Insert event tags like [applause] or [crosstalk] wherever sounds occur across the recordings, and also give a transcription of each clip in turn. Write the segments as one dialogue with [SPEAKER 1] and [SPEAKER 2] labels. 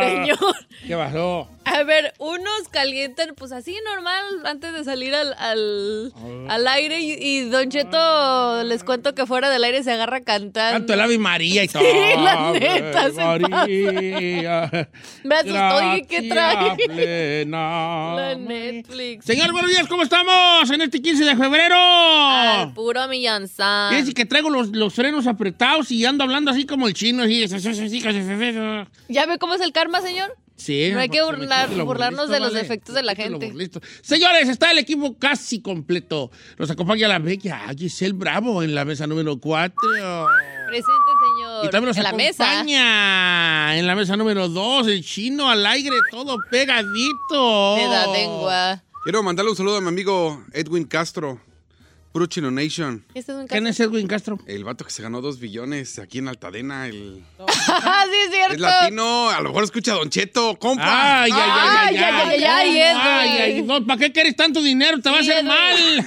[SPEAKER 1] Señor,
[SPEAKER 2] Ah. ¿Qué pasó?
[SPEAKER 1] a ver, unos calientan, pues así normal, antes de salir al, al,
[SPEAKER 2] Ah.
[SPEAKER 1] al aire. Y, y Don Cheto, les cuento que fuera del aire se agarra cantando.
[SPEAKER 2] Tanto el Ave María y todo.
[SPEAKER 1] la neta,
[SPEAKER 2] Ave
[SPEAKER 1] se pasa.
[SPEAKER 2] María,
[SPEAKER 1] Me asustó, dije, ¿qué
[SPEAKER 2] gracia
[SPEAKER 1] trae?
[SPEAKER 2] plena.
[SPEAKER 1] [laughs] La Netflix.
[SPEAKER 2] Señor, buenos días, ¿cómo estamos en este 15 de febrero?
[SPEAKER 1] Al puro millanzán.
[SPEAKER 2] Fíjense que traigo los, los frenos apretados y ando hablando así como el chino. Así.
[SPEAKER 1] ¿Ya ve cómo es el karma, señor?
[SPEAKER 2] Sí,
[SPEAKER 1] No hay que
[SPEAKER 2] porque me
[SPEAKER 1] burlar-
[SPEAKER 2] quité lo
[SPEAKER 1] burlarnos
[SPEAKER 2] burlista,
[SPEAKER 1] de los
[SPEAKER 2] vale.
[SPEAKER 1] defectos de la
[SPEAKER 2] Me quité lo
[SPEAKER 1] gente.
[SPEAKER 2] burlista. Señores, está el equipo casi completo. Nos acompaña la bella Giselle Bravo en la mesa número 4.
[SPEAKER 1] Presente, señor.
[SPEAKER 2] Y también nos
[SPEAKER 1] en la mesa.
[SPEAKER 2] acompaña en la mesa número 2, el chino al aire, todo pegadito.
[SPEAKER 1] Me da lengua.
[SPEAKER 3] Quiero mandarle un saludo a mi amigo Edwin Castro, puro Chino Nation.
[SPEAKER 1] Este es un
[SPEAKER 2] ¿Quién
[SPEAKER 1] caso.
[SPEAKER 2] es Edwin Castro?
[SPEAKER 3] El vato que se ganó dos billones aquí en Altadena. El,
[SPEAKER 1] Ah, [laughs] sí, es cierto.
[SPEAKER 3] es latino, a lo mejor escucha a Don Cheto, compa. Ah,
[SPEAKER 2] Ay, ay, ay, ay,
[SPEAKER 1] Ay, ay, ay, ay,
[SPEAKER 2] Ay,
[SPEAKER 1] Edwin.
[SPEAKER 2] ay, no, ¿para qué quieres tanto dinero? Te va a
[SPEAKER 1] Sí,
[SPEAKER 2] hacer
[SPEAKER 1] Edwin.
[SPEAKER 2] mal.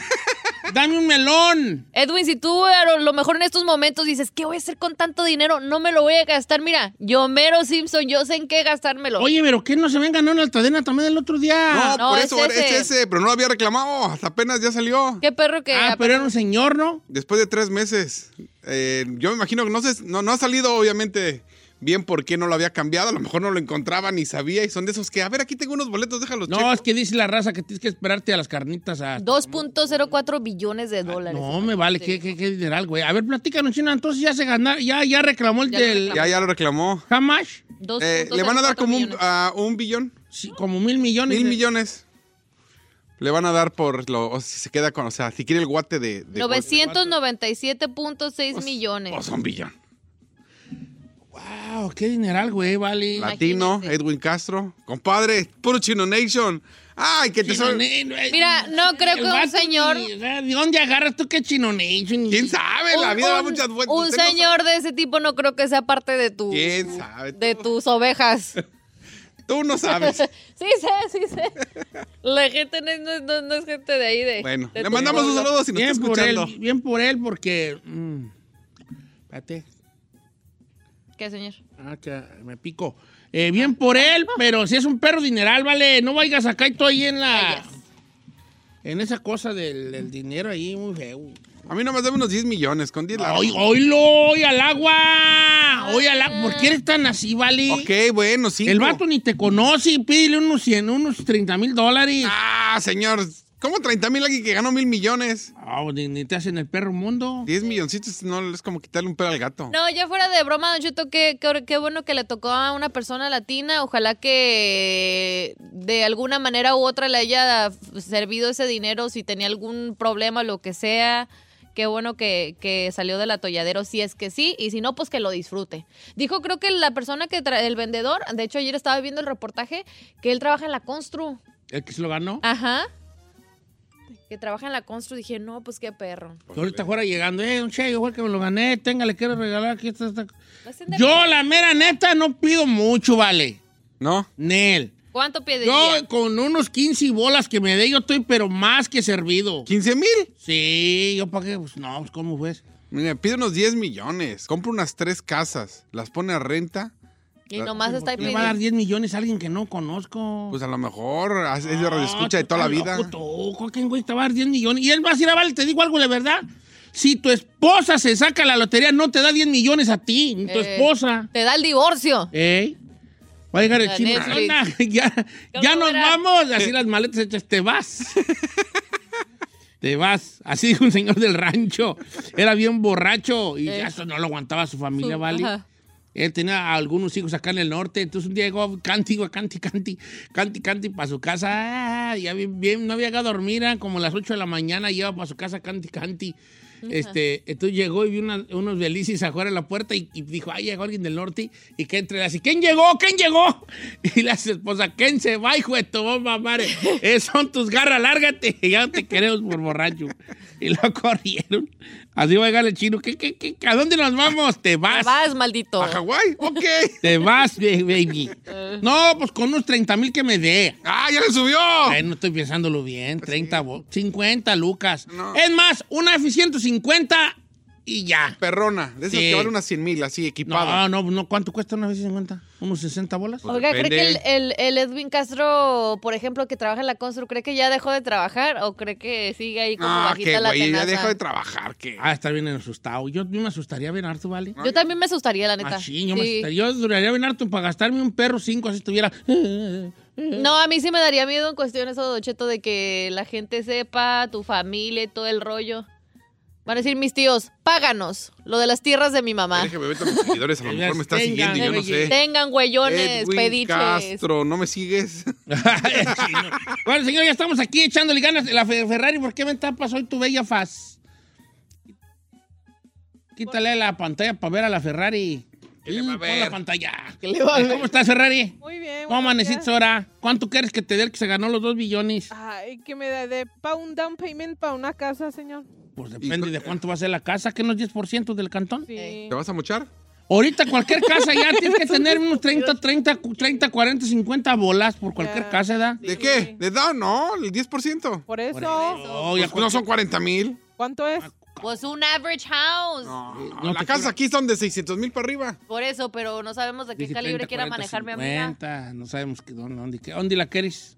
[SPEAKER 2] Dame un melón.
[SPEAKER 1] Edwin, si tú a lo mejor en estos momentos dices, ¿qué voy a hacer con tanto dinero? No me lo voy a gastar. Mira, yo mero Simpson, yo sé en qué gastármelo.
[SPEAKER 2] Oye, pero ¿qué no se ven ganó en Altadena también el otro día?
[SPEAKER 3] No,
[SPEAKER 1] no,
[SPEAKER 3] por
[SPEAKER 1] es
[SPEAKER 3] eso
[SPEAKER 1] ese.
[SPEAKER 3] ese. es ese, pero no lo había reclamado, hasta apenas ya salió.
[SPEAKER 1] qué perro que...
[SPEAKER 2] ah, pero era un señor, ¿no?
[SPEAKER 3] Después de tres meses. Eh, yo me imagino que no, sé, no, no ha salido, obviamente, bien por qué no lo había cambiado. A lo mejor no lo encontraba ni sabía. Y son de esos que, a ver, aquí tengo unos boletos, déjalos.
[SPEAKER 2] No,
[SPEAKER 3] checo.
[SPEAKER 2] es que dice la raza que tienes que esperarte a las carnitas a...
[SPEAKER 1] 2.04 billones de dólares.
[SPEAKER 2] No, me vale, qué, qué, qué dineral, güey. A ver, platícanos, chino, entonces ya se ganó, ya, ya reclamó el
[SPEAKER 1] Ya
[SPEAKER 2] del...
[SPEAKER 1] reclamó.
[SPEAKER 3] Ya, ya lo reclamó.
[SPEAKER 2] Hamash,
[SPEAKER 3] Eh, le van a dar como un,
[SPEAKER 1] billones.
[SPEAKER 3] a un billón.
[SPEAKER 2] sí, como mil millones.
[SPEAKER 3] Mil
[SPEAKER 2] de-
[SPEAKER 3] millones. Le van a dar por lo. o si se queda con. O sea, si quiere el guate de. de
[SPEAKER 1] 997.6 millones.
[SPEAKER 3] O son billón.
[SPEAKER 2] Wow, qué dineral, güey, vale.
[SPEAKER 3] Latino,
[SPEAKER 1] Imagínese.
[SPEAKER 3] Edwin Castro. Compadre, puro Chino Nation. Ay, que te son.
[SPEAKER 1] Mira, no creo que un señor-
[SPEAKER 2] ¿De dónde agarras tú qué chino nation?
[SPEAKER 3] ¿Quién sabe? La
[SPEAKER 1] Un-
[SPEAKER 3] vida da
[SPEAKER 1] un-
[SPEAKER 3] muchas vueltas.
[SPEAKER 1] Un
[SPEAKER 3] Usted no
[SPEAKER 1] señor de ese tipo no creo que sea parte de tu...
[SPEAKER 3] sabe. ¿Quién sabe?
[SPEAKER 1] De tus ovejas.
[SPEAKER 3] [laughs] Tú no sabes.
[SPEAKER 1] [laughs] Sí sé, sí sé. La gente no, es- no- no- no es gente de ahí de...
[SPEAKER 3] Bueno,
[SPEAKER 1] de
[SPEAKER 3] le
[SPEAKER 1] tu
[SPEAKER 3] mandamos un
[SPEAKER 1] pueblo.
[SPEAKER 3] saludo si nos está
[SPEAKER 2] Bien por
[SPEAKER 3] escuchando.
[SPEAKER 2] él, bien por él, porque... mm, espérate.
[SPEAKER 1] ¿Qué, señor?
[SPEAKER 2] Ah, que me pico. Eh, bien por él, pero si es un perro dineral, vale. No vayas acá y tú ahí en la...
[SPEAKER 1] Ay, yes.
[SPEAKER 2] En esa cosa del, del dinero ahí, muy feo.
[SPEAKER 3] A mí nomás dame unos 10 millones. Con 10 la-
[SPEAKER 2] ¡Hoy, hoy, hoy al agua! ¡Hoy al agua! ¿Por qué eres tan así, vale?
[SPEAKER 3] Ok, bueno, sí.
[SPEAKER 2] El vato ni te conoce y pídele unos 100, unos 30 mil dólares.
[SPEAKER 3] Ah, señor. ¿Cómo 30 mil alguien que ganó mil millones?
[SPEAKER 2] Ah, ni, ni te hacen el perro mundo.
[SPEAKER 3] 10 milloncitos no es como quitarle un pelo al gato.
[SPEAKER 1] No, ya fuera de broma, Don Cheto, qué, qué- qué bueno que le tocó a una persona latina. Ojalá que de alguna manera u otra le haya servido ese dinero, si tenía algún problema, lo que sea. Qué bueno que, que salió del atolladero, si es que sí, y si no, pues que lo disfrute. Dijo, creo que la persona que trae, el vendedor, de hecho ayer estaba viendo el reportaje, que él trabaja en la Constru.
[SPEAKER 2] El que se lo ganó.
[SPEAKER 1] Ajá. Que trabaja en la Constru. Dije, no, pues qué perro.
[SPEAKER 2] Que ahorita fuera llegando, eh, un che, igual que me lo gané, tenga, le quiero regalar aquí esta, esta-
[SPEAKER 1] Hacen de-
[SPEAKER 2] Yo, la mera neta, no pido mucho, vale.
[SPEAKER 3] ¿No?
[SPEAKER 2] Nel.
[SPEAKER 1] ¿Cuánto pide?
[SPEAKER 2] Yo con unos 15 y bolas que me dé, yo estoy pero más que servido.
[SPEAKER 3] ¿15 mil?
[SPEAKER 2] Sí, yo para qué, pues no, pues cómo fue.
[SPEAKER 3] Mira, pide unos 10 millones, compra unas tres casas, las pone Ah, a renta
[SPEAKER 1] Y nomás está ahí
[SPEAKER 2] Le va a dar
[SPEAKER 1] pidiendo.
[SPEAKER 2] 10 millones a alguien que no conozco.
[SPEAKER 3] Pues a lo mejor es
[SPEAKER 2] Ah,
[SPEAKER 3] de radioescucha de toda la vida.
[SPEAKER 2] ¿Quién güey te va a dar 10 millones? Y él va a decir, ah, vale, te digo algo de verdad. Si tu esposa se saca la lotería, no te da 10 millones a ti, ni tu
[SPEAKER 1] Eh.
[SPEAKER 2] esposa.
[SPEAKER 1] Te da el divorcio.
[SPEAKER 2] ¿Eh? Va a llegar el
[SPEAKER 1] La
[SPEAKER 2] chino.
[SPEAKER 1] Netflix.
[SPEAKER 2] "Ana, [laughs] Ya, ya nos
[SPEAKER 1] verás?
[SPEAKER 2] vamos. Así las maletas hechas, te vas. te vas. Así dijo un señor del rancho. Era bien borracho y ya eso no lo aguantaba su familia, ¿vale?
[SPEAKER 1] Eh. Ajá.
[SPEAKER 2] Él tenía algunos hijos acá en el norte, entonces un día llegó canti, güey, canti, canti, canti, canti para su casa. Ah, ya bien, bien, no había llegado a dormir, eran como las 8 de la mañana, lleva para su casa canti, canti. Este, entonces llegó y vio una- unos belices afuera de la puerta y, y dijo, ay, llegó alguien del norte y que entre así, ¿quién llegó? ¿quién llegó? [laughs] Y la esposa, ¿quién se va, hijo de tu mamá, madre? Eh, son tus garras, lárgate, [laughs] ya no te queremos por borracho. [laughs] Y lo corrieron. Así va a llegar el chino, ¿Qué, qué, qué? ¿a dónde nos vamos? Te
[SPEAKER 1] Te
[SPEAKER 2] vas.
[SPEAKER 1] vas, maldito. Eh.
[SPEAKER 3] ¿A Hawái?
[SPEAKER 1] [laughs]
[SPEAKER 3] Ok.
[SPEAKER 2] Te vas, ba- baby. No, pues con unos 30 mil que me dé.
[SPEAKER 3] ¡Ah, ya le subió! Pues
[SPEAKER 2] Ay, no estoy pensándolo bien. 30, bo- 50 lucas.
[SPEAKER 3] No.
[SPEAKER 2] Es más, una F-150 y ya.
[SPEAKER 3] Perrona, de esas
[SPEAKER 2] Sí.
[SPEAKER 3] que valen unas 100 mil, así equipada.
[SPEAKER 2] No, no, pues no. ¿Cuánto cuesta una F-150? ¿Unos 60 bolas?
[SPEAKER 3] Pues
[SPEAKER 1] Oiga, ¿cree que el,
[SPEAKER 3] depende.
[SPEAKER 1] el- el Edwin Castro, por ejemplo, que trabaja en la Constru, ¿cree que ya dejó de trabajar o cree que sigue ahí como
[SPEAKER 3] Ah,
[SPEAKER 1] bajita
[SPEAKER 3] que
[SPEAKER 1] la
[SPEAKER 3] güey, ya
[SPEAKER 1] tenaza?
[SPEAKER 3] deja de trabajar, que.
[SPEAKER 2] Ah, está bien asustado. Yo me asustaría bien harto, ¿vale?
[SPEAKER 1] Yo también me asustaría, la
[SPEAKER 3] Ah,
[SPEAKER 1] neta.
[SPEAKER 2] Machín, yo me
[SPEAKER 1] Sí.
[SPEAKER 2] asustaría. Yo duraría bien harto para gastarme un perro 5 así estuviera.
[SPEAKER 1] No, a mí sí me daría miedo en cuestión eso, Don Cheto, de que la gente sepa, tu familia y todo el rollo. Van a decir mis tíos, páganos lo de las tierras de mi mamá.
[SPEAKER 3] Déjame ver a mis seguidores, a lo
[SPEAKER 2] Que
[SPEAKER 3] mejor me
[SPEAKER 2] las
[SPEAKER 3] está siguiendo y yo
[SPEAKER 2] tengan,
[SPEAKER 3] no sé.
[SPEAKER 1] Tengan güeyones,
[SPEAKER 3] Edwin
[SPEAKER 1] pediches.
[SPEAKER 3] Castro, ¿no
[SPEAKER 2] [laughs]
[SPEAKER 3] me sigues?
[SPEAKER 2] Chino. bueno, señor, ya estamos aquí echándole ganas. La Fe- Ferrari, ¿por qué me tapas hoy tu bella faz? Quítale la pantalla para ver a la Ferrari.
[SPEAKER 3] ¿Qué le va a
[SPEAKER 2] Mm, pon
[SPEAKER 3] ver?
[SPEAKER 2] la pantalla. ¿Cómo estás, Ferrari?
[SPEAKER 4] Muy bien.
[SPEAKER 2] ¿Cómo
[SPEAKER 4] buenos días.
[SPEAKER 2] amaneciste ahora? ¿Cuánto quieres que te dé el que se ganó los dos billones?
[SPEAKER 4] Ay, que me da de pa un down payment para una casa, señor.
[SPEAKER 2] Pues
[SPEAKER 3] ¿Y
[SPEAKER 2] depende
[SPEAKER 3] cu-
[SPEAKER 2] de cuánto va a ser la casa, que no es 10% del cantón.
[SPEAKER 4] Sí.
[SPEAKER 3] ¿Te vas a mochar?
[SPEAKER 2] Ahorita cualquier casa ya tiene que tener unos 30, 30, 30, 40, 50 bolas por cualquier
[SPEAKER 4] Ya.
[SPEAKER 2] casa, ¿verdad?
[SPEAKER 3] ¿De
[SPEAKER 4] Sí.
[SPEAKER 3] qué? ¿De down? No, el 10%.
[SPEAKER 4] Por eso,
[SPEAKER 2] Oh, ya Ah,
[SPEAKER 3] Pues no son 40 mil.
[SPEAKER 4] ¿cuánto es?
[SPEAKER 1] Pues un average house.
[SPEAKER 3] No, no,
[SPEAKER 2] no,
[SPEAKER 3] la
[SPEAKER 2] te
[SPEAKER 3] casa
[SPEAKER 2] quiero-
[SPEAKER 3] aquí son de 600 mil para arriba.
[SPEAKER 1] Por eso, pero no sabemos de qué
[SPEAKER 2] Dice
[SPEAKER 1] calibre
[SPEAKER 2] 30,
[SPEAKER 1] quiera
[SPEAKER 2] 40,
[SPEAKER 1] manejar mi amiga.
[SPEAKER 2] 50, No sabemos qué, dónde, dónde, qué- dónde la quieres.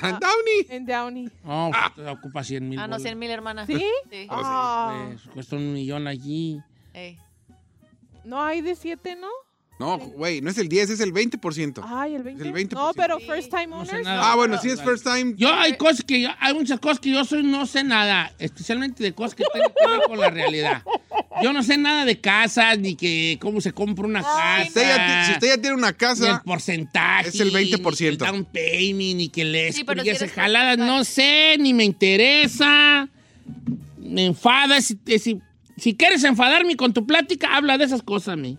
[SPEAKER 3] Downey.
[SPEAKER 4] Ah, En Downey.
[SPEAKER 2] No, pues, ocupa 100 mil.
[SPEAKER 1] Ah, no,
[SPEAKER 2] bolas.
[SPEAKER 1] 100 mil, hermana.
[SPEAKER 4] ¿Sí?
[SPEAKER 1] Sí.
[SPEAKER 4] Ah,
[SPEAKER 2] Pues, cuesta un millón allí.
[SPEAKER 1] Ey.
[SPEAKER 4] no hay de 7, ¿no?
[SPEAKER 3] No, güey, no es el 10, es el 20%.
[SPEAKER 4] Ay, el 20.
[SPEAKER 3] El 20%.
[SPEAKER 4] No, pero
[SPEAKER 1] Sí.
[SPEAKER 4] first time
[SPEAKER 2] No sé
[SPEAKER 4] owners.
[SPEAKER 2] nada.
[SPEAKER 3] Ah, bueno, sí es first time.
[SPEAKER 2] Yo hay cosas que yo, hay muchas cosas que yo soy no sé nada, especialmente de cosas que tienen que ver con la realidad. Yo no sé nada de casas ni que cómo se compra una
[SPEAKER 3] Si usted ya
[SPEAKER 2] casa.
[SPEAKER 3] ti- si usted ya tiene una
[SPEAKER 2] ni el
[SPEAKER 3] casa,
[SPEAKER 2] porcentaje.
[SPEAKER 3] es el 20%.
[SPEAKER 2] Ah, Ni el down payment, ni que les
[SPEAKER 1] Sí, pero si eres
[SPEAKER 2] jaladas. No sé, ni me interesa. Me enfada. Si, eh, si- si quieres enfadarme con tu plática, habla de esas cosas, mi.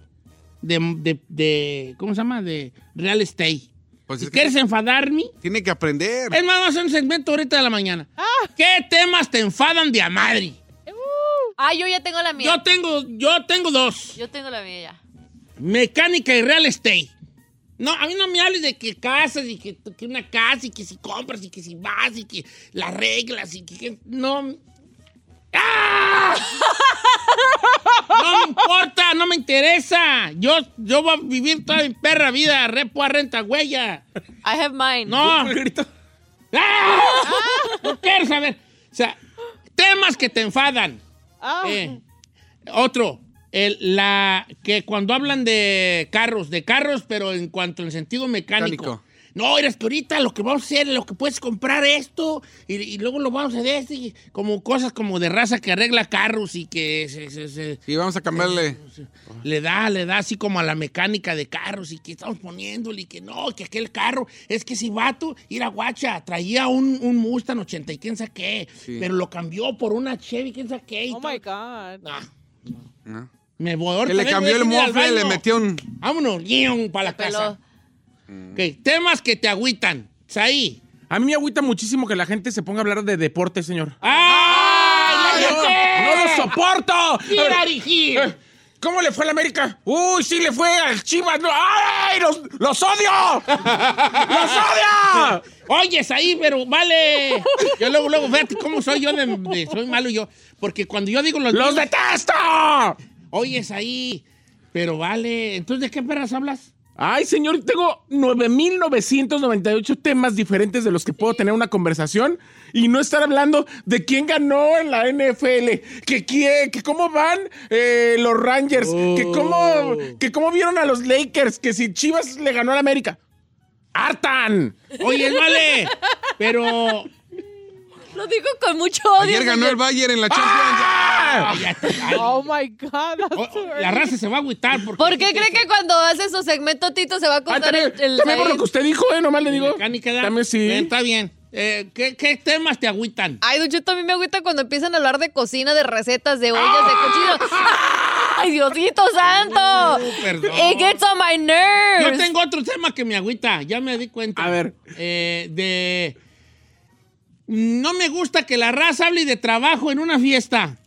[SPEAKER 2] De, de, de- ¿cómo se llama? De real estate.
[SPEAKER 3] pues
[SPEAKER 2] si
[SPEAKER 3] es que
[SPEAKER 2] quieres enfadarme,
[SPEAKER 3] tiene que aprender.
[SPEAKER 2] es más, vamos a hacer un segmento ahorita de la mañana. ¿Qué temas te enfadan de a madre?
[SPEAKER 1] Ah, yo ya tengo la mía.
[SPEAKER 2] Yo tengo, yo tengo dos.
[SPEAKER 1] Yo tengo la mía ya.
[SPEAKER 2] Mecánica y real estate. No, a mí no me hables de que casas y que, que una casa y que si compras y que si vas y que las reglas y que... que- no... ¡Ah! No me importa, no me interesa. Yo, yo voy a vivir toda mi perra vida, repo a renta, huella.
[SPEAKER 1] I have mine.
[SPEAKER 2] No. ¡Ah! No quiero saber. O sea, temas que te enfadan.
[SPEAKER 4] Ah,
[SPEAKER 2] Eh, otro, el- la que cuando hablan de carros, de carros, pero en cuanto en sentido mecánico.
[SPEAKER 3] Mecánico.
[SPEAKER 2] No, eres que ahorita lo que vamos a hacer, lo que puedes comprar esto y, y luego lo vamos a hacer este, y como cosas como de raza que arregla carros y que se- se- se,
[SPEAKER 3] Sí, vamos a cambiarle.
[SPEAKER 2] le da, le da así como a la mecánica de carros y que estamos poniéndole y que no, que aquel carro, es que si vato, ir a guacha, traía un, un Mustang 80 y quién sabe qué,
[SPEAKER 3] Sí.
[SPEAKER 2] pero lo cambió por una Chevy, quién sabe qué. y
[SPEAKER 4] oh
[SPEAKER 2] todo.
[SPEAKER 4] my God.
[SPEAKER 2] Nah,
[SPEAKER 3] ¿no?
[SPEAKER 2] me voy
[SPEAKER 3] Que
[SPEAKER 2] ahorita
[SPEAKER 3] le
[SPEAKER 2] vengo,
[SPEAKER 3] cambió el
[SPEAKER 2] déjame ir al
[SPEAKER 3] mofle, le
[SPEAKER 2] baño.
[SPEAKER 3] metió un. eh,
[SPEAKER 2] Vámonos, guión, para la
[SPEAKER 1] Peló.
[SPEAKER 2] casa. Mm. Ok, Temas que te agüitan. Saí.
[SPEAKER 5] A mí me agüita muchísimo que la gente se ponga a hablar de deporte, señor.
[SPEAKER 2] ¡Ah, ¡Ay!
[SPEAKER 5] ¡No lo soporto! A ver, Eh,
[SPEAKER 2] soporto!
[SPEAKER 5] ¿Cómo le fue a la América? ¡Uy, sí le fue al Chivas! No, ¡Ay, los, los odio! ¡Los odio!
[SPEAKER 2] Oyes ahí, pero vale. Yo luego, luego, fíjate cómo soy yo de, de- soy malo yo. Porque cuando yo digo los,
[SPEAKER 5] ¡Los
[SPEAKER 2] míos,
[SPEAKER 5] detesto!
[SPEAKER 2] oyes ahí, pero vale. Entonces, ¿de qué perras hablas?
[SPEAKER 5] Ay, señor, tengo 9,998 temas diferentes de los que puedo tener una conversación y no estar hablando de quién ganó en la NFL, que, quién, que cómo van eh, los Rangers, que,
[SPEAKER 2] Oh.
[SPEAKER 5] cómo, que cómo vieron a los Lakers, que si Chivas le ganó a la América. ¡Hartan!
[SPEAKER 2] Oye, vale. Pero.
[SPEAKER 1] Lo digo con mucho odio.
[SPEAKER 3] Ayer ganó el Bayern en la Champions.
[SPEAKER 5] ¡Ah!
[SPEAKER 4] Oh my God. that's
[SPEAKER 2] O-
[SPEAKER 4] too
[SPEAKER 2] o-
[SPEAKER 4] early.
[SPEAKER 2] la raza se va a agüitar porque.
[SPEAKER 1] ¿Por qué cree que cuando hace su segmento Tito se va a
[SPEAKER 5] Ay,
[SPEAKER 1] contar
[SPEAKER 5] Ah, también,
[SPEAKER 1] el, el-
[SPEAKER 5] también por lo que usted dijo, ¿eh? Nomás le digo.
[SPEAKER 2] Mecánica, ¿da?
[SPEAKER 5] También sí.
[SPEAKER 2] Eh, Está bien. Eh, ¿qué, qué temas te agüitan?
[SPEAKER 1] Ay, Don Cheto, a mí me agüita cuando empiezan a hablar de cocina, de recetas, de ollas, de cochinos. ¡Ay, Diosito santo!
[SPEAKER 2] Uh, perdón.
[SPEAKER 1] It gets on my
[SPEAKER 2] Yo
[SPEAKER 1] nerves.
[SPEAKER 2] tengo otro tema que me agüita, ya me di cuenta.
[SPEAKER 5] A ver.
[SPEAKER 2] Eh, de. No me gusta que la raza hable de trabajo en una fiesta.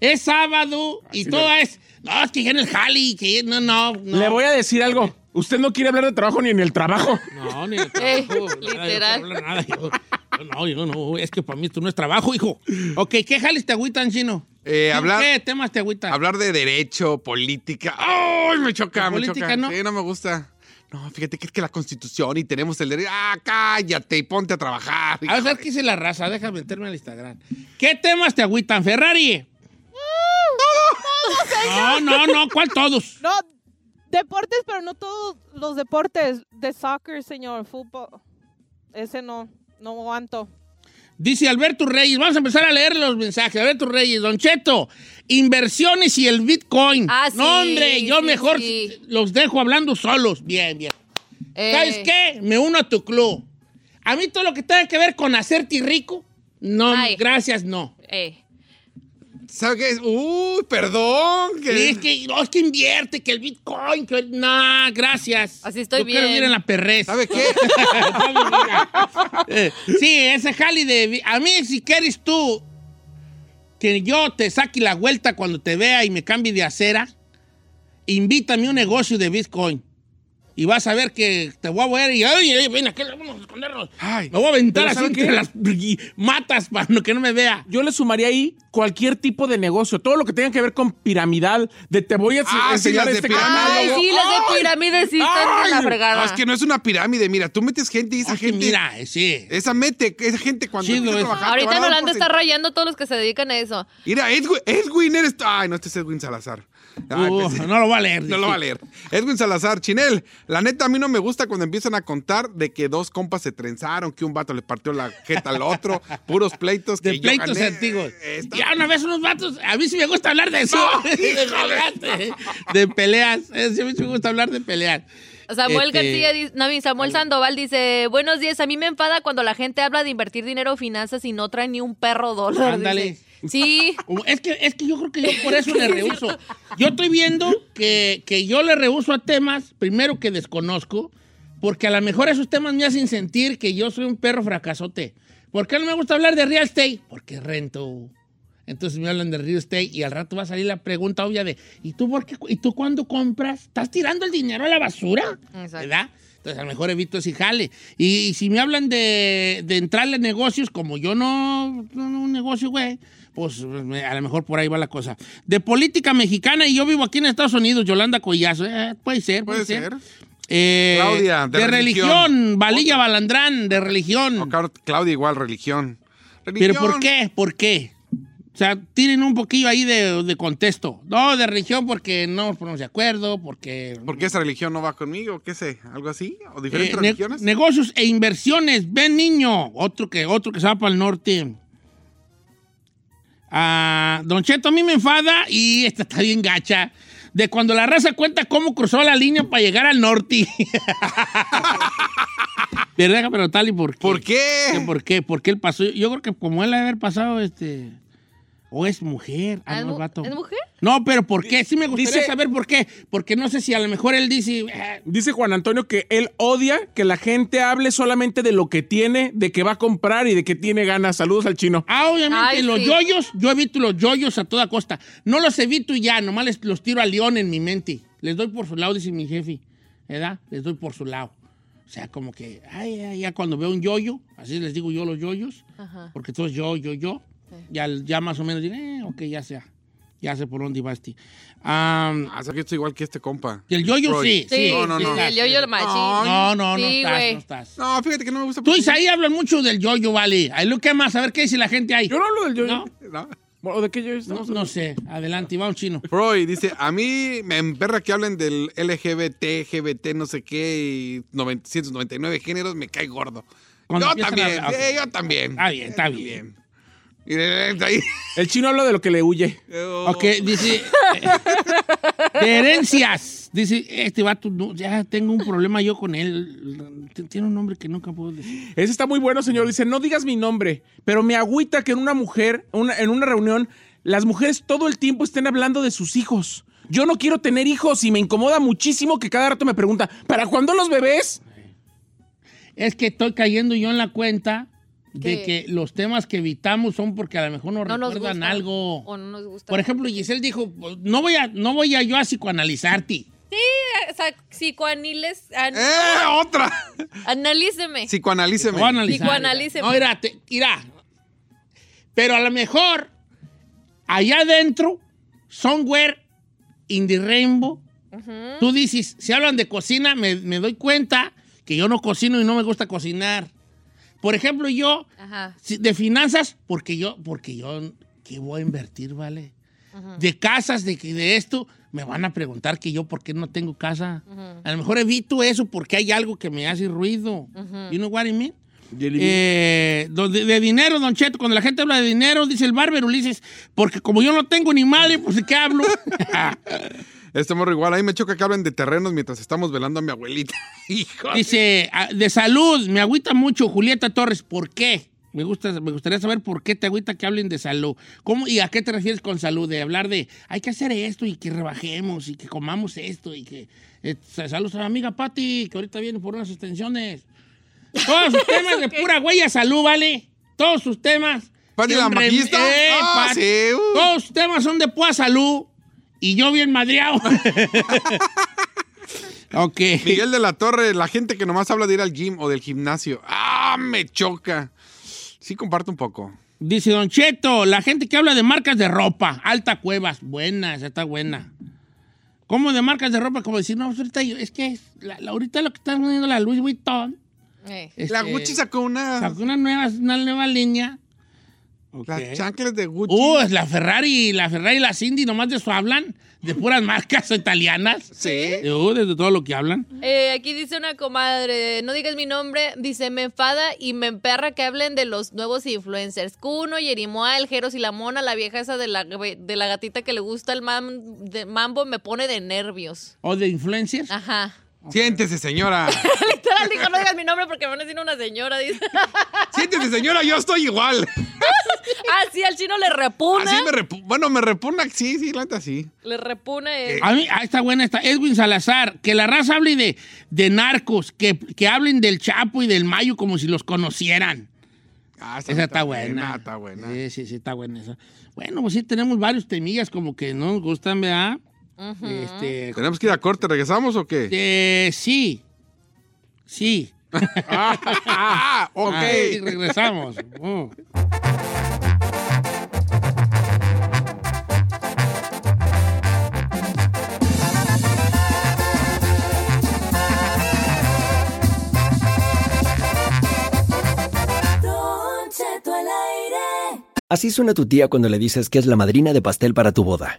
[SPEAKER 2] Es sábado y toda es. No, es que ya en el jali, que no, no, no.
[SPEAKER 5] Le voy a decir algo. Usted no quiere hablar de trabajo ni en el trabajo. [laughs]
[SPEAKER 2] No, ni de
[SPEAKER 5] Eh,
[SPEAKER 1] Ey,
[SPEAKER 2] trabajo. nada, yo no
[SPEAKER 1] literal.
[SPEAKER 2] hablo nada, yo- yo no, yo no. Es que para mí esto no es trabajo, hijo. Ok, ¿qué jales te agüitan, chino?
[SPEAKER 3] Eh,
[SPEAKER 2] ¿Tú
[SPEAKER 3] hablar-
[SPEAKER 2] ¿Qué temas te agüitan?
[SPEAKER 3] Hablar de derecho, política. ¡Ay, me choca,
[SPEAKER 2] ¿De
[SPEAKER 3] me
[SPEAKER 2] política
[SPEAKER 3] choca!
[SPEAKER 2] no?
[SPEAKER 3] Sí, no me gusta. No, fíjate que es que la Constitución y tenemos el derecho. ¡Ah, cállate y ponte a trabajar!
[SPEAKER 2] A ver, Ah, ¿qué dice la raza? Déjame meterme al Instagram. ¿Qué temas te agüitan, Ferrari?
[SPEAKER 4] Uh,
[SPEAKER 2] No, no, no, ¿cuál todos?
[SPEAKER 4] No, deportes, pero no todos los deportes. De soccer, señor, fútbol. Ese no, no aguanto.
[SPEAKER 2] Dice Alberto Reyes, vamos a empezar a leer los mensajes. Alberto Reyes, Don Cheto, inversiones y el Bitcoin.
[SPEAKER 1] Ah, sí,
[SPEAKER 2] no, hombre, yo
[SPEAKER 1] sí,
[SPEAKER 2] mejor
[SPEAKER 1] sí.
[SPEAKER 2] los dejo hablando solos. Bien, bien.
[SPEAKER 1] Eh,
[SPEAKER 2] ¿Sabes qué? Me uno a tu club. A mí todo lo que tenga que ver con hacerte rico, no,
[SPEAKER 1] Ay.
[SPEAKER 2] gracias, no.
[SPEAKER 1] eh.
[SPEAKER 3] ¿Sabes qué? ¡Uy, perdón!
[SPEAKER 2] Y
[SPEAKER 3] Que...
[SPEAKER 2] es que, no, es que invierte, que el Bitcoin, que... el- No, gracias.
[SPEAKER 1] Así estoy
[SPEAKER 2] Yo quiero
[SPEAKER 1] bien.
[SPEAKER 2] vivir en la perrez.
[SPEAKER 3] ¿Sabe qué?
[SPEAKER 2] [laughs] Eh, sí, ese jali de... A mí, si quieres tú que yo te saque la vuelta cuando te vea y me cambie de acera, invítame a un negocio de Bitcoin. Y vas a ver que te voy a ver y... ¡Ay, ay, ven aquí, vamos a escondernos!
[SPEAKER 3] Ay,
[SPEAKER 2] Me voy a aventar
[SPEAKER 5] ¿pero
[SPEAKER 2] así
[SPEAKER 5] sabe
[SPEAKER 2] entre
[SPEAKER 5] qué?
[SPEAKER 2] las y- matas para no- que no me vea.
[SPEAKER 5] Yo le sumaría ahí cualquier tipo de negocio, todo lo que tenga que ver con piramidal, de te voy a ens-
[SPEAKER 3] Ah, sí,
[SPEAKER 5] enseñar
[SPEAKER 3] las de
[SPEAKER 5] este
[SPEAKER 3] piramidal.
[SPEAKER 5] canal.
[SPEAKER 1] Ay, sí, las de pirámides sí están de la
[SPEAKER 3] ay.
[SPEAKER 1] fregada.
[SPEAKER 3] No, es que no es una pirámide. Mira, tú metes gente y esa
[SPEAKER 2] Es que
[SPEAKER 3] gente.
[SPEAKER 2] mira, eh, sí.
[SPEAKER 3] Esa mete, esa gente cuando
[SPEAKER 2] Chido
[SPEAKER 3] empieza a
[SPEAKER 2] eso.
[SPEAKER 3] trabajar. te
[SPEAKER 1] Ahorita
[SPEAKER 3] van
[SPEAKER 1] en
[SPEAKER 3] a dar
[SPEAKER 1] Holanda está
[SPEAKER 3] porcent-
[SPEAKER 1] rayando todos los que se dedican a eso.
[SPEAKER 3] Mira, Edwin, Edwin eres. Ay, no, este es Edwin Salazar. Ay,
[SPEAKER 2] Uh,
[SPEAKER 3] pensé-
[SPEAKER 2] no lo va a leer.
[SPEAKER 3] No lo va a leer. Edwin Salazar, Chinel, la neta a mí no me gusta cuando empiezan a contar de que dos compas se trenzaron, que un vato le partió la jeta al otro, puros pleitos que
[SPEAKER 2] De
[SPEAKER 3] yo
[SPEAKER 2] pleitos
[SPEAKER 3] gané.
[SPEAKER 2] antiguos.
[SPEAKER 3] Está-
[SPEAKER 2] Ya una vez unos vatos, a mí sí me gusta hablar de eso. [laughs] de, peleas. eh, Sí me gusta hablar de peleas.
[SPEAKER 1] Samuel
[SPEAKER 2] Este,
[SPEAKER 1] García, dice- no, mi Samuel Sandoval dice, buenos días, a mí me enfada cuando la gente habla de invertir dinero o finanzas y no trae ni un perro dólar. dice.
[SPEAKER 2] Ándale. Uh,
[SPEAKER 1] Sí,
[SPEAKER 2] Es que, es que yo creo que yo por eso
[SPEAKER 1] [laughs]
[SPEAKER 2] le rehuso. Yo estoy viendo que, que yo le rehuso a temas, primero que desconozco, porque a lo mejor esos temas me hacen sentir que yo soy un perro fracasote. ¿Por qué no me gusta hablar de real estate? Porque rento. Entonces me hablan de real estate y al rato va a salir la pregunta obvia de ¿y tú, por qué, ¿y tú cuándo compras? ¿Estás tirando el dinero a la basura?
[SPEAKER 1] Exacto.
[SPEAKER 2] ¿Verdad? Entonces a lo mejor evito ese jale. Y, y si me hablan de, de entrarle a negocios, como yo no, no, no, un negocio, güey, pues me- a lo mejor por ahí va la cosa. De política mexicana y yo vivo aquí en Estados Unidos, Yolanda Collazo. Eh, puede ser, puede,
[SPEAKER 3] Puede
[SPEAKER 2] ser.
[SPEAKER 3] ser.
[SPEAKER 2] Eh,
[SPEAKER 3] Claudia, de
[SPEAKER 2] de, religión.
[SPEAKER 3] religión.
[SPEAKER 2] Valilla Balandrán, de religión.
[SPEAKER 3] No, claro, Claudia igual, religión.
[SPEAKER 2] ¿Pero
[SPEAKER 3] Religión.
[SPEAKER 2] por qué? ¿Por qué? O sea, tienen un poquillo ahí de, de contexto. No, de religión porque no nos ponemos de acuerdo, porque...
[SPEAKER 3] ¿Por qué esa religión no va conmigo? ¿Qué sé? ¿Algo así? ¿O diferentes
[SPEAKER 2] Eh, ne-
[SPEAKER 3] religiones?
[SPEAKER 2] negocios e inversiones. Ven, niño. Otro que, otro que se va para el norte. Ah, don Cheto, a mí me enfada y esta está bien gacha. De cuando la raza cuenta cómo cruzó la línea para llegar al
[SPEAKER 3] [laughs]
[SPEAKER 2] norte. Pero déjame preguntarle por qué.
[SPEAKER 3] ¿Por
[SPEAKER 2] Que
[SPEAKER 3] qué?
[SPEAKER 2] ¿Por qué? ¿Por qué él pasó? Yo creo que como él ha de haber pasado, este. O es mujer. Ah,
[SPEAKER 1] ¿Es
[SPEAKER 2] no, es
[SPEAKER 1] mu-
[SPEAKER 2] vato.
[SPEAKER 1] es mujer?
[SPEAKER 2] No, pero ¿por qué? Sí me gustaría
[SPEAKER 5] Dice-
[SPEAKER 2] saber por qué. Porque no sé si a lo mejor él dice. eh,
[SPEAKER 5] Dice Juan Antonio que él odia que la gente hable solamente de lo que tiene, de que va a comprar y de que tiene ganas. Saludos al chino.
[SPEAKER 2] Ah, obviamente,
[SPEAKER 1] Ay,
[SPEAKER 2] los
[SPEAKER 1] sí.
[SPEAKER 2] yoyos, yo evito los yoyos a toda costa. No los evito y ya, nomás les- los tiro a león en mi mente. Les doy por su lado, dice mi jefe. ¿Verdad? Les doy por su lado. O sea, como que, ay, ay, ya cuando veo un yoyo, así les digo yo los yoyos,
[SPEAKER 1] Ajá.
[SPEAKER 2] porque todos yo, yo, yo, ya, ya más o menos digo, eh, ok, ya sea. Ya sé por dónde ibas, ti. Am,
[SPEAKER 3] Ah, o sea, que yo estoy igual que este compa.
[SPEAKER 2] el yoyo sí,
[SPEAKER 3] Roy.
[SPEAKER 2] sí.
[SPEAKER 3] No, no,
[SPEAKER 2] sí
[SPEAKER 3] no.
[SPEAKER 2] estás.
[SPEAKER 1] El yo-yo lo machín.
[SPEAKER 2] No, no, no
[SPEAKER 1] Sí,
[SPEAKER 2] estás,
[SPEAKER 1] güey.
[SPEAKER 2] no estás.
[SPEAKER 3] No, fíjate que no me gusta.
[SPEAKER 2] Tú, Isaí, hablan mucho del yoyo, vale. Ahí lo que más, a ver qué dice la gente ahí.
[SPEAKER 5] Yo no hablo del yo.
[SPEAKER 2] No.
[SPEAKER 3] No.
[SPEAKER 5] ¿O de qué yo
[SPEAKER 2] No,
[SPEAKER 5] estamos
[SPEAKER 2] no sé, adelante, vamos chino.
[SPEAKER 3] Freud dice, a mí me emperra que hablen del LGBT, LGBT, no sé qué, y 999 géneros, me cae gordo.
[SPEAKER 2] Cuando
[SPEAKER 3] yo
[SPEAKER 2] empiezan
[SPEAKER 3] también,
[SPEAKER 2] a hablar-
[SPEAKER 3] eh, yo también.
[SPEAKER 2] Está bien, está bien.
[SPEAKER 3] Y de- de Eh, ahí-
[SPEAKER 5] El chino habla de lo que le huye.
[SPEAKER 2] Ok, dice. eh, de herencias. Dice, este vato, no, ya tengo un problema yo con él. T- Tiene un nombre que nunca puedo decir.
[SPEAKER 5] Ese está muy bueno, señor. Dice, no digas mi nombre, pero me agüita que en una mujer, una- en una reunión, las mujeres todo el tiempo estén hablando de sus hijos. Yo no quiero tener hijos y me incomoda muchísimo que cada rato me pregunta, ¿para cuándo los bebés?
[SPEAKER 2] Es que estoy cayendo yo en la cuenta de
[SPEAKER 1] ¿Qué?
[SPEAKER 2] que los temas que evitamos son porque a lo mejor nos
[SPEAKER 1] No nos
[SPEAKER 2] recuerdan
[SPEAKER 1] gusta.
[SPEAKER 2] algo.
[SPEAKER 1] O no nos gusta.
[SPEAKER 2] Por ejemplo, Giselle dijo, no voy a, no voy a yo a psicoanalizarte.
[SPEAKER 1] O sea, psicoaniles, an-
[SPEAKER 3] ¡Eh, otra!
[SPEAKER 1] analíceme.
[SPEAKER 3] Psicoanalíceme.
[SPEAKER 2] Voy a analizar.
[SPEAKER 1] Psicoanalíceme.
[SPEAKER 2] No, mira, te- mira. Pero a lo mejor, allá adentro, somewhere in the rainbow, tú dices, si hablan de cocina, me, me doy cuenta que yo no cocino y no me gusta cocinar. Por ejemplo, yo,
[SPEAKER 1] Ajá.
[SPEAKER 2] si- de finanzas, porque yo, porque yo, ¿qué voy a invertir, vale? De casas, de, que- de esto, me van a preguntar que yo por qué no tengo casa. A lo mejor evito eso porque hay algo que me hace ruido. You know what I mean? Eh, donde- de dinero, Don Cheto, cuando la gente habla de dinero, dice el bárbaro Ulises, porque como yo no tengo ni madre, pues ¿de qué hablo?
[SPEAKER 3] [laughs] Este morro igual, ahí me choca que hablen de terrenos mientras estamos velando a mi abuelita. Hijo.
[SPEAKER 2] dice, ah, de salud, me agüita mucho Julieta Torres, ¿por qué? Me, gusta, me gustaría saber por qué te agüita que hablen de salud. ¿Cómo, ¿Y a qué te refieres con salud? De hablar de, hay que hacer esto y que rebajemos y que comamos esto y que... eh, saludos a mi amiga Patti, que ahorita viene por unas extensiones. Todos sus
[SPEAKER 3] [laughs]
[SPEAKER 2] temas de pura huella salud, ¿vale? Todos sus temas.
[SPEAKER 3] ¿Pati
[SPEAKER 2] De
[SPEAKER 3] la
[SPEAKER 2] un rem-
[SPEAKER 3] maquillista?
[SPEAKER 2] Eh,
[SPEAKER 3] Ah,
[SPEAKER 2] Pati.
[SPEAKER 3] sí, uh.
[SPEAKER 2] Todos sus temas son de pura salud. Y yo bien madreado. [laughs] ok.
[SPEAKER 3] [laughs] Miguel de la Torre, la gente que nomás habla de ir al gym o del gimnasio. ¡Ah, me choca! Sí, comparto un poco.
[SPEAKER 2] Dice Don Cheto, la gente que habla de marcas de ropa, alta cuevas, buena, esa está buena. ¿Cómo de marcas de ropa? Como decir, no, pues ahorita yo- es que la- la- ahorita lo que están poniendo la Louis Vuitton.
[SPEAKER 1] Eh.
[SPEAKER 3] La
[SPEAKER 2] este,
[SPEAKER 3] Gucci sacó una.
[SPEAKER 2] sacó una nueva, una nueva línea.
[SPEAKER 3] Las
[SPEAKER 2] Ok.
[SPEAKER 3] chanclas de Gucci.
[SPEAKER 2] Uh, es la Ferrari, la Ferrari y la Cindy, nomás de eso hablan, de puras [laughs] marcas italianas.
[SPEAKER 3] Sí.
[SPEAKER 2] Uh, desde todo lo que hablan.
[SPEAKER 1] Eh, aquí dice una comadre, no digas mi nombre, dice, me enfada y me emperra que hablen de los nuevos influencers. Cuno, Yerimoa, el Jeros y la Mona, la vieja esa de la, de la gatita que le gusta el mam- de mambo, me pone de nervios.
[SPEAKER 2] O de influencers.
[SPEAKER 1] Ajá. [laughs]
[SPEAKER 3] Siéntese, señora.
[SPEAKER 1] Literal dijo, no digas mi nombre porque me van a decir una
[SPEAKER 2] [laughs]
[SPEAKER 1] señora. Dice.
[SPEAKER 3] Siéntese, señora, yo estoy igual.
[SPEAKER 1] ah, sí, al chino le repuna.
[SPEAKER 3] Así me repu- Bueno, me repugna. Sí, sí, la neta, sí.
[SPEAKER 1] Le repuna el...
[SPEAKER 2] A mí, ah, está buena esta. Edwin Salazar, que la raza hable de, de narcos, que, que hablen del Chapo y del Mayo como si los conocieran.
[SPEAKER 3] Ah,
[SPEAKER 2] Esa está buena.
[SPEAKER 3] Está buena.
[SPEAKER 2] Sí, sí, sí, está buena esa. Bueno, pues sí, tenemos varios temillas como que no nos gustan, ¿verdad? Este,
[SPEAKER 3] ¿Tenemos que ir a corte? ¿Regresamos o qué?
[SPEAKER 2] eh, sí. Sí.
[SPEAKER 3] Ah, [laughs] ah,
[SPEAKER 2] [laughs]
[SPEAKER 3] ok.
[SPEAKER 2] Ah, sí, regresamos. Oh.
[SPEAKER 6] Así suena tu tía cuando le dices que es la madrina de pastel para tu boda.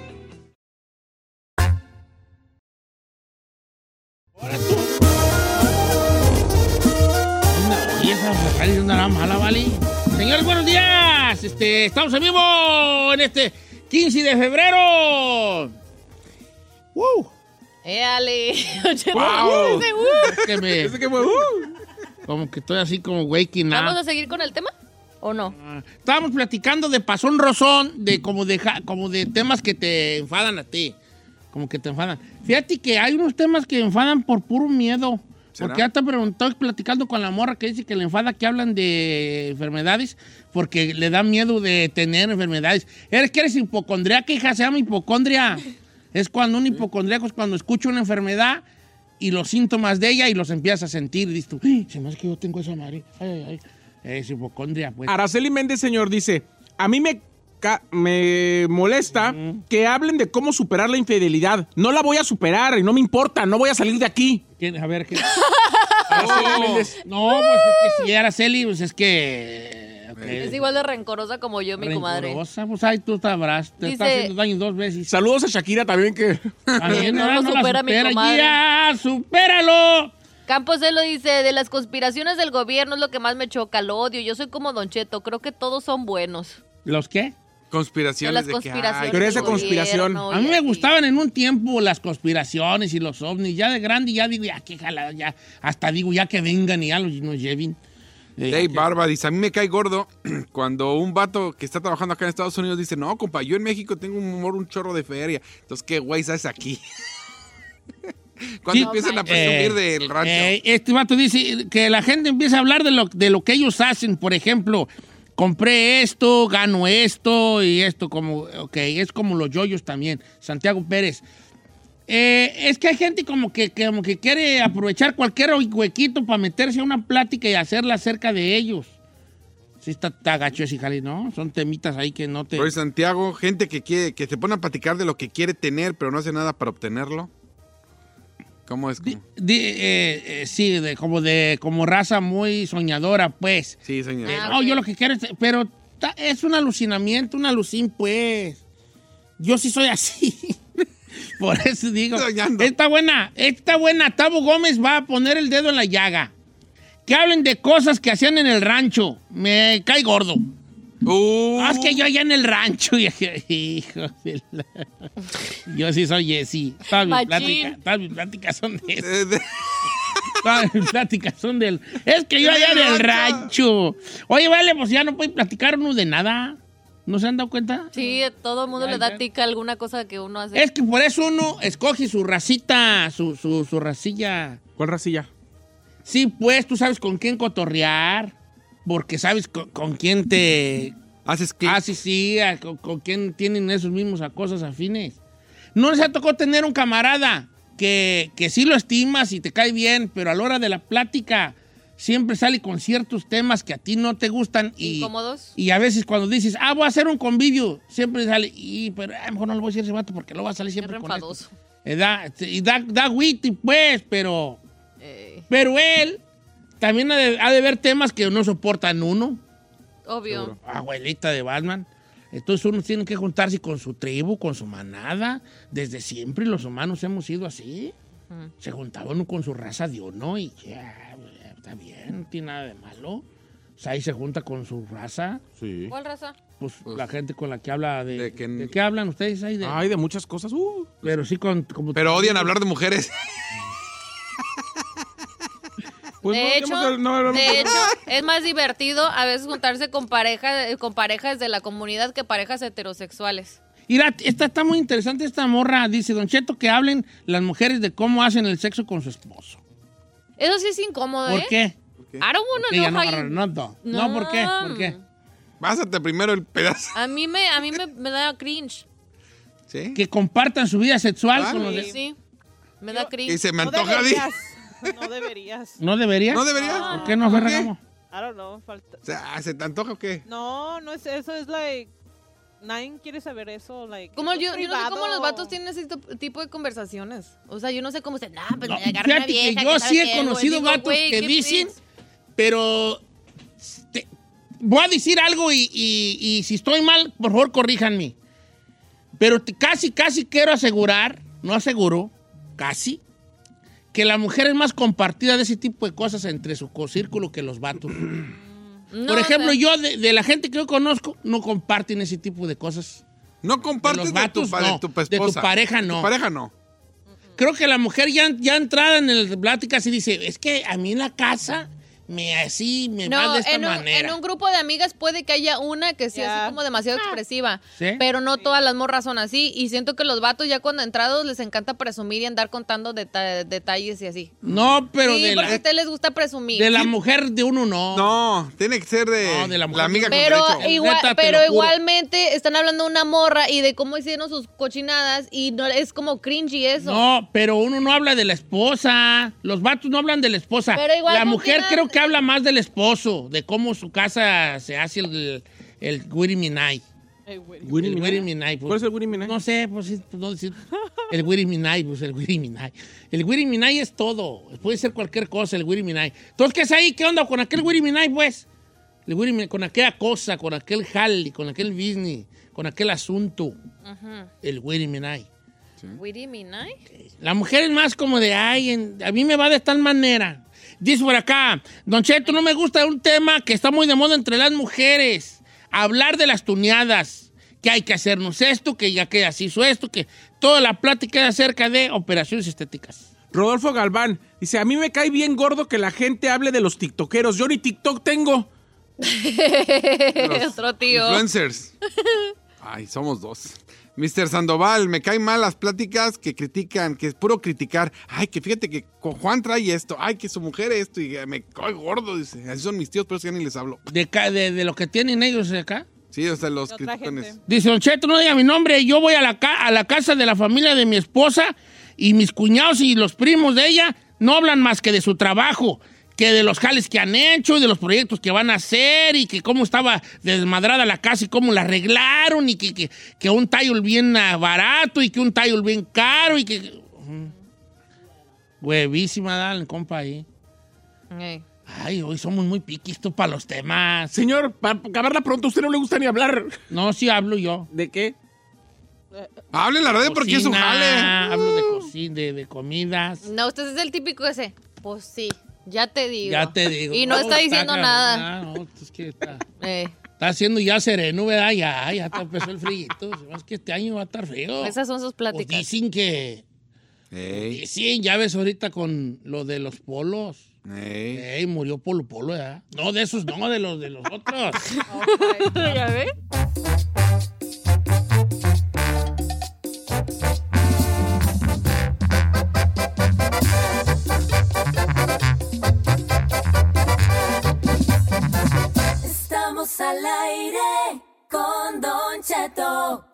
[SPEAKER 2] No, y esa Ferrari no era mala, ¿vale? Señores, buenos días. Este, estamos en vivo en este 15 de febrero. ¡Wow!
[SPEAKER 1] Éale. [laughs]
[SPEAKER 2] Wow.
[SPEAKER 1] Ese, uh.
[SPEAKER 2] Es que me-
[SPEAKER 5] Ese que fue, ¡uh!
[SPEAKER 2] como que estoy así como waking
[SPEAKER 1] ¿Vamos
[SPEAKER 2] up.
[SPEAKER 1] a seguir con el tema? ¿O no?
[SPEAKER 2] Ah, Estábamos platicando de pasón rosón, de como de, ja- como de temas que te enfadan a ti. Como que te enfadan. Fíjate que hay unos temas que enfadan por puro miedo.
[SPEAKER 3] ¿Será?
[SPEAKER 2] Porque ya te preguntó platicando con la morra que dice que le enfada que hablan de enfermedades porque le da miedo de tener enfermedades. ¿Eres que eres hipocondriaca, hija? Se llama hipocondria. Es cuando un hipocondriaco es cuando escucha una enfermedad y los síntomas de ella y los empiezas a sentir. Dices tú, "Ay, se me hace que yo tengo esa madre. Ay, ay, ay. Es hipocondria, pues.
[SPEAKER 5] Araceli Méndez, señor, dice, a mí me, ca- me molesta que hablen de cómo superar la infidelidad. No la voy a superar y no me importa, no voy a salir de aquí.
[SPEAKER 2] ¿Quién? A
[SPEAKER 1] [laughs]
[SPEAKER 2] ver, ¿qué? Ah,
[SPEAKER 1] Oh.
[SPEAKER 5] Araceli Méndez.
[SPEAKER 2] No, pues es que si era Araceli, pues es que... ok.
[SPEAKER 1] Es igual de rencorosa como yo, mi
[SPEAKER 2] eh.
[SPEAKER 1] comadre.
[SPEAKER 2] Rencorosa, pues ahí tú sabrás. Te está
[SPEAKER 1] Dice-
[SPEAKER 2] haciendo daño dos veces.
[SPEAKER 5] Saludos a Shakira también que...
[SPEAKER 2] También,
[SPEAKER 1] No
[SPEAKER 2] ah,
[SPEAKER 1] lo
[SPEAKER 2] la
[SPEAKER 1] supera mi comadre.
[SPEAKER 2] Ya, supéralo.
[SPEAKER 1] Campos de lo dice, de las conspiraciones del gobierno es lo que más me choca, lo odio. Yo soy como Don Cheto, creo que todos son buenos.
[SPEAKER 2] ¿Los qué?
[SPEAKER 1] De
[SPEAKER 3] Conspiraciones
[SPEAKER 1] las
[SPEAKER 3] de
[SPEAKER 1] conspiraciones.
[SPEAKER 3] que
[SPEAKER 5] Pero
[SPEAKER 3] ay,
[SPEAKER 5] esa
[SPEAKER 1] del
[SPEAKER 5] conspiración.
[SPEAKER 1] gobierno
[SPEAKER 2] A mí
[SPEAKER 1] y
[SPEAKER 2] me
[SPEAKER 1] así.
[SPEAKER 2] gustaban en un tiempo las conspiraciones y los ovnis. Ya de grande ya digo, ya que jalada, ya. Hasta digo, ya que vengan y ya los- nos lleven. Eh,
[SPEAKER 3] Dave
[SPEAKER 2] que-
[SPEAKER 3] Barba dice, a mí me cae gordo [clears throat] cuando un vato que está trabajando acá en Estados Unidos dice, no, compa, yo en México tengo un humor, un chorro de feria. Entonces, ¿qué güey haces aquí? [laughs] cuando
[SPEAKER 2] Sí.
[SPEAKER 3] empiezan a
[SPEAKER 2] Eh,
[SPEAKER 3] presumir del rancho.
[SPEAKER 2] eh, este vato dice que la gente empieza a hablar de lo, de lo que ellos hacen. Por ejemplo, compré esto, gano esto y esto. como Ok, es como los yoyos también. Santiago Pérez. Eh, es que hay gente como que, que- como que quiere aprovechar cualquier huequito para meterse a una plática y hacerla acerca de ellos. Sí, está, está gacho ese jale, ¿no? Son temitas ahí que no te...
[SPEAKER 3] Roy Santiago, gente que quiere, que se pone a platicar de lo que quiere tener, pero no hace nada para obtenerlo. ¿Cómo es?
[SPEAKER 2] Di-
[SPEAKER 3] ¿Cómo?
[SPEAKER 2] di- eh, eh, sí, de, como de como raza muy soñadora, pues.
[SPEAKER 3] Sí, señor.
[SPEAKER 1] Ah,
[SPEAKER 2] No,
[SPEAKER 1] ok.
[SPEAKER 2] yo lo que quiero es. Pero ta- es un alucinamiento, un alucín, pues. Yo sí soy así. Por eso digo.
[SPEAKER 3] Soñando.
[SPEAKER 2] Está buena, está buena. Tabo Gómez va a poner el dedo en la llaga. Que hablen de cosas que hacían en el rancho. Me cae gordo.
[SPEAKER 3] Uh,
[SPEAKER 2] Ah, es que yo allá en el rancho. [laughs] y- hijo de la- Yo sí soy Jessy. Todas mis
[SPEAKER 1] Machín.
[SPEAKER 2] pláticas- todas mis pláticas son de eso.
[SPEAKER 3] eh, [laughs] de-
[SPEAKER 2] Todas mis pláticas son del. Es que yo allá en el rancho. Oye, vale, pues ya no puede platicar uno de nada. ¿No se han dado cuenta?
[SPEAKER 1] Sí, a todo el mundo
[SPEAKER 2] Ya,
[SPEAKER 1] le
[SPEAKER 2] ya.
[SPEAKER 1] da tica alguna cosa que uno hace.
[SPEAKER 2] Es que por eso uno escoge su racita, su, su, su racilla.
[SPEAKER 5] ¿Cuál racilla?
[SPEAKER 2] Sí, pues tú sabes con quién cotorrear, porque sabes con, con quién te.
[SPEAKER 3] Haces clic.
[SPEAKER 2] Ah, sí, sí, a- con, con quién tienen esos mismos a cosas afines. No les ha tocado tener un camarada que, que sí lo estimas y te cae bien, pero a la hora de la plática siempre sale con ciertos temas que a ti no te gustan y.
[SPEAKER 1] ¿Incómodos?
[SPEAKER 2] Y a veces cuando dices, ah, voy a hacer un convivio, siempre sale, y pero a lo mejor no le voy a decir a ese vato porque lo va a salir
[SPEAKER 1] Es
[SPEAKER 2] siempre
[SPEAKER 1] re
[SPEAKER 2] con esto".
[SPEAKER 1] enfadoso.
[SPEAKER 2] Eh, da, y da, da witty, pues, pero,
[SPEAKER 1] Eh,
[SPEAKER 2] pero él también ha de, ha de ver temas que no soportan uno.
[SPEAKER 1] obvio.
[SPEAKER 2] Abuelita de Batman. Entonces uno tiene que juntarse con su tribu, con su manada. Desde siempre los humanos hemos sido así. Se juntaba uno con su raza de uno y ya, ya, está bien, no tiene nada de malo. O sea, ahí se junta con su raza.
[SPEAKER 5] Sí.
[SPEAKER 1] ¿Cuál raza?
[SPEAKER 2] Pues, la gente con la que habla de...
[SPEAKER 3] de que-
[SPEAKER 2] ¿De qué hablan ustedes ahí? De,
[SPEAKER 5] Ay, de muchas cosas. Uh.
[SPEAKER 2] pero sí con... Como
[SPEAKER 3] Pero odian hablar de mujeres. [laughs]
[SPEAKER 5] Pues no,
[SPEAKER 1] de hecho,
[SPEAKER 5] digamos, no, no, no,
[SPEAKER 1] de
[SPEAKER 5] no.
[SPEAKER 1] hecho, es más divertido a veces juntarse con parejas, con parejas de la comunidad que parejas heterosexuales.
[SPEAKER 2] Mira, esta está muy interesante esta morra. Dice, Don Cheto, que hablen las mujeres de cómo hacen el sexo con su esposo.
[SPEAKER 1] Eso sí es incómodo,
[SPEAKER 2] ¿Por
[SPEAKER 1] ¿eh?
[SPEAKER 2] qué?
[SPEAKER 1] I don't wanna
[SPEAKER 2] Que ya
[SPEAKER 1] know
[SPEAKER 2] no
[SPEAKER 1] how you-
[SPEAKER 2] agarraron, no, no. No, ¿por qué? ¿Por qué?
[SPEAKER 3] Pásate primero el pedazo.
[SPEAKER 1] A mí me, a mí me, me da cringe.
[SPEAKER 3] ¿Sí?
[SPEAKER 2] Que compartan su vida sexual
[SPEAKER 3] Claro.
[SPEAKER 2] con los
[SPEAKER 1] Sí.
[SPEAKER 2] de-
[SPEAKER 1] Me da
[SPEAKER 3] Y
[SPEAKER 1] cringe.
[SPEAKER 3] se me
[SPEAKER 4] No
[SPEAKER 3] antoja. di-
[SPEAKER 4] deberías. [laughs] No deberías.
[SPEAKER 2] ¿No debería?
[SPEAKER 3] ¿No deberías?
[SPEAKER 2] ¿Por qué no,
[SPEAKER 3] ¿Por qué?
[SPEAKER 2] Ferragamo?
[SPEAKER 4] I don't know, falta...
[SPEAKER 3] O sea, ¿se te antoja o qué?
[SPEAKER 4] No, no es eso, es like... Nadie quiere saber eso, like...
[SPEAKER 1] Como
[SPEAKER 4] eso es
[SPEAKER 1] yo, yo no sé cómo
[SPEAKER 4] privado.
[SPEAKER 1] los vatos tienen ese t- tipo de conversaciones. O sea, yo no sé cómo se. Nah, pues
[SPEAKER 2] No,
[SPEAKER 1] me agarré
[SPEAKER 2] fíjate
[SPEAKER 1] una
[SPEAKER 2] que
[SPEAKER 1] vieja.
[SPEAKER 2] yo
[SPEAKER 1] sabe
[SPEAKER 2] sí he
[SPEAKER 1] qué, güey".
[SPEAKER 2] conocido
[SPEAKER 1] Digo,
[SPEAKER 2] vatos
[SPEAKER 1] "Güey,
[SPEAKER 2] que
[SPEAKER 1] qué
[SPEAKER 2] dicen,
[SPEAKER 1] pics".
[SPEAKER 2] pero te- voy a decir algo y, y- y si estoy mal, por favor, corríjanme. Pero te- casi, casi quiero asegurar, no aseguro, casi, que la mujer es más compartida de ese tipo de cosas entre su co- círculo que los vatos.
[SPEAKER 1] No,
[SPEAKER 2] por
[SPEAKER 1] o
[SPEAKER 2] ejemplo,
[SPEAKER 1] sea,
[SPEAKER 2] yo, de, de la gente que yo conozco, no comparten ese tipo de cosas.
[SPEAKER 3] No compartes
[SPEAKER 2] los
[SPEAKER 3] de,
[SPEAKER 2] vatos,
[SPEAKER 3] tu, pa-
[SPEAKER 2] no.
[SPEAKER 3] de tu pa-
[SPEAKER 2] De tu
[SPEAKER 3] esposa.
[SPEAKER 2] pareja, no.
[SPEAKER 3] Tu pareja no.
[SPEAKER 2] creo que la mujer ya, ya entrada en el pláticas y dice, es que a mí en la casa me así, me va
[SPEAKER 1] No,
[SPEAKER 2] de esta
[SPEAKER 1] en, un,
[SPEAKER 2] manera.
[SPEAKER 1] en un grupo de amigas puede que haya una que sea
[SPEAKER 4] Ya.
[SPEAKER 1] así como demasiado expresiva,
[SPEAKER 2] ¿Sí?
[SPEAKER 1] pero no todas las morras son así. Y siento que los vatos ya cuando entrados les encanta presumir y andar contando deta- detalles y así.
[SPEAKER 2] No, pero
[SPEAKER 1] sí,
[SPEAKER 2] de,
[SPEAKER 1] porque a
[SPEAKER 2] la,
[SPEAKER 1] ustedes les gusta presumir.
[SPEAKER 2] de la mujer de uno no.
[SPEAKER 3] No, tiene que ser de,
[SPEAKER 2] No, de la
[SPEAKER 3] la,
[SPEAKER 2] mujer.
[SPEAKER 3] amiga con
[SPEAKER 1] Pero,
[SPEAKER 3] derecho.
[SPEAKER 2] eh,
[SPEAKER 1] igual-
[SPEAKER 2] Neta, te
[SPEAKER 1] pero
[SPEAKER 2] lo juro.
[SPEAKER 1] igualmente están hablando de una morra y de cómo hicieron sus cochinadas y no es como cringy eso.
[SPEAKER 2] No, pero uno no habla de la esposa. Los vatos no hablan de la esposa.
[SPEAKER 1] Pero igual
[SPEAKER 2] la
[SPEAKER 1] no
[SPEAKER 2] mujer
[SPEAKER 1] tienen-
[SPEAKER 2] creo que habla más del esposo, de cómo su casa se hace el, el Wiri Minai.
[SPEAKER 4] Ay, güey.
[SPEAKER 5] Winnie
[SPEAKER 2] El
[SPEAKER 5] Minaj.
[SPEAKER 2] Wiri Minai, pues.
[SPEAKER 5] ¿Cuál es el Winnie Minaj?
[SPEAKER 2] No sé, pues sí, pues, no decir. El Wiri Minai, pues el Wiri Minai. El Wiri Minai es todo. Puede ser cualquier cosa, el Wiri Minai. Entonces, ¿qué es ahí? ¿Qué onda con aquel Wiri Minai, pues? El Wiri Minai, con aquella cosa, con aquel jali, con aquel business, con aquel asunto. El Wiri Minai.
[SPEAKER 1] Witty me nice.
[SPEAKER 2] La mujer es más como de, ay, en- a mí me va de tal manera. Dice por acá, Don Cheto, no me gusta un tema que está muy de moda entre las mujeres. Hablar de las tuneadas, que hay que hacernos esto, que ya que así hizo esto, que toda la plática es acerca de operaciones este estéticas.
[SPEAKER 5] Rodolfo Galván dice: A mí me cae bien gordo que la gente hable de los tiktokeros. Yo ni tiktok tengo.
[SPEAKER 3] Los
[SPEAKER 1] [laughs] Otro tío. [laughs]
[SPEAKER 3] Influencers. Ay, somos dos. Mr. Sandoval, me caen mal las pláticas que critican, que es puro criticar. Ay, que fíjate que co- Juan trae esto. Ay, que su mujer esto. Y me cae gordo, dice. Así son mis tíos, pero eso ya ni les hablo.
[SPEAKER 2] De, ca- de, de lo que tienen ellos ¿eh, acá.
[SPEAKER 3] Sí, o sea, los
[SPEAKER 4] De otra
[SPEAKER 3] criticones.
[SPEAKER 4] gente.
[SPEAKER 2] Dice, Don Cheto, no diga mi nombre, yo voy a la, ca- a la casa de la familia de mi esposa y mis cuñados y los primos de ella no hablan más que de su trabajo, que de los jales que han hecho y de los proyectos que van a hacer y que cómo estaba desmadrada la casa y cómo la arreglaron y que, que, que un tile bien ah, barato y que un tile bien caro y que... Ujú. Huevísima, dale, compa, ahí.
[SPEAKER 1] Ey.
[SPEAKER 2] Ay, hoy somos muy piquistos para los temas.
[SPEAKER 5] Señor, para acabarla pronto, a usted no le gusta ni hablar.
[SPEAKER 2] No, sí hablo yo.
[SPEAKER 5] ¿De qué?
[SPEAKER 3] Hable en la red porque es un
[SPEAKER 2] Cocina,
[SPEAKER 3] jale.
[SPEAKER 2] Hablo de cocina, de, de comidas.
[SPEAKER 1] No, usted es el típico ese. Pues sí, ya te digo.
[SPEAKER 2] Ya te digo.
[SPEAKER 1] Y no está diciendo
[SPEAKER 2] cabrón,
[SPEAKER 1] nada.
[SPEAKER 2] ah, no, es que está,
[SPEAKER 1] Eh,
[SPEAKER 2] está haciendo ya sereno, ¿verdad? Ah, Ya, ya te empezó el frío. [laughs] Es que este año va a estar feo.
[SPEAKER 1] esas son sus
[SPEAKER 2] Pues
[SPEAKER 1] pláticas.
[SPEAKER 2] dicen que.
[SPEAKER 3] Ey,
[SPEAKER 2] Dicen, ya ves ahorita con lo de los polos.
[SPEAKER 3] ey.
[SPEAKER 2] Ey, murió Polo Polo, ¿verdad? No, de esos, no, de los de los
[SPEAKER 1] [laughs]
[SPEAKER 2] otros. [laughs]
[SPEAKER 1] ¿Ya ve?
[SPEAKER 7] Estamos al aire con Don Cheto.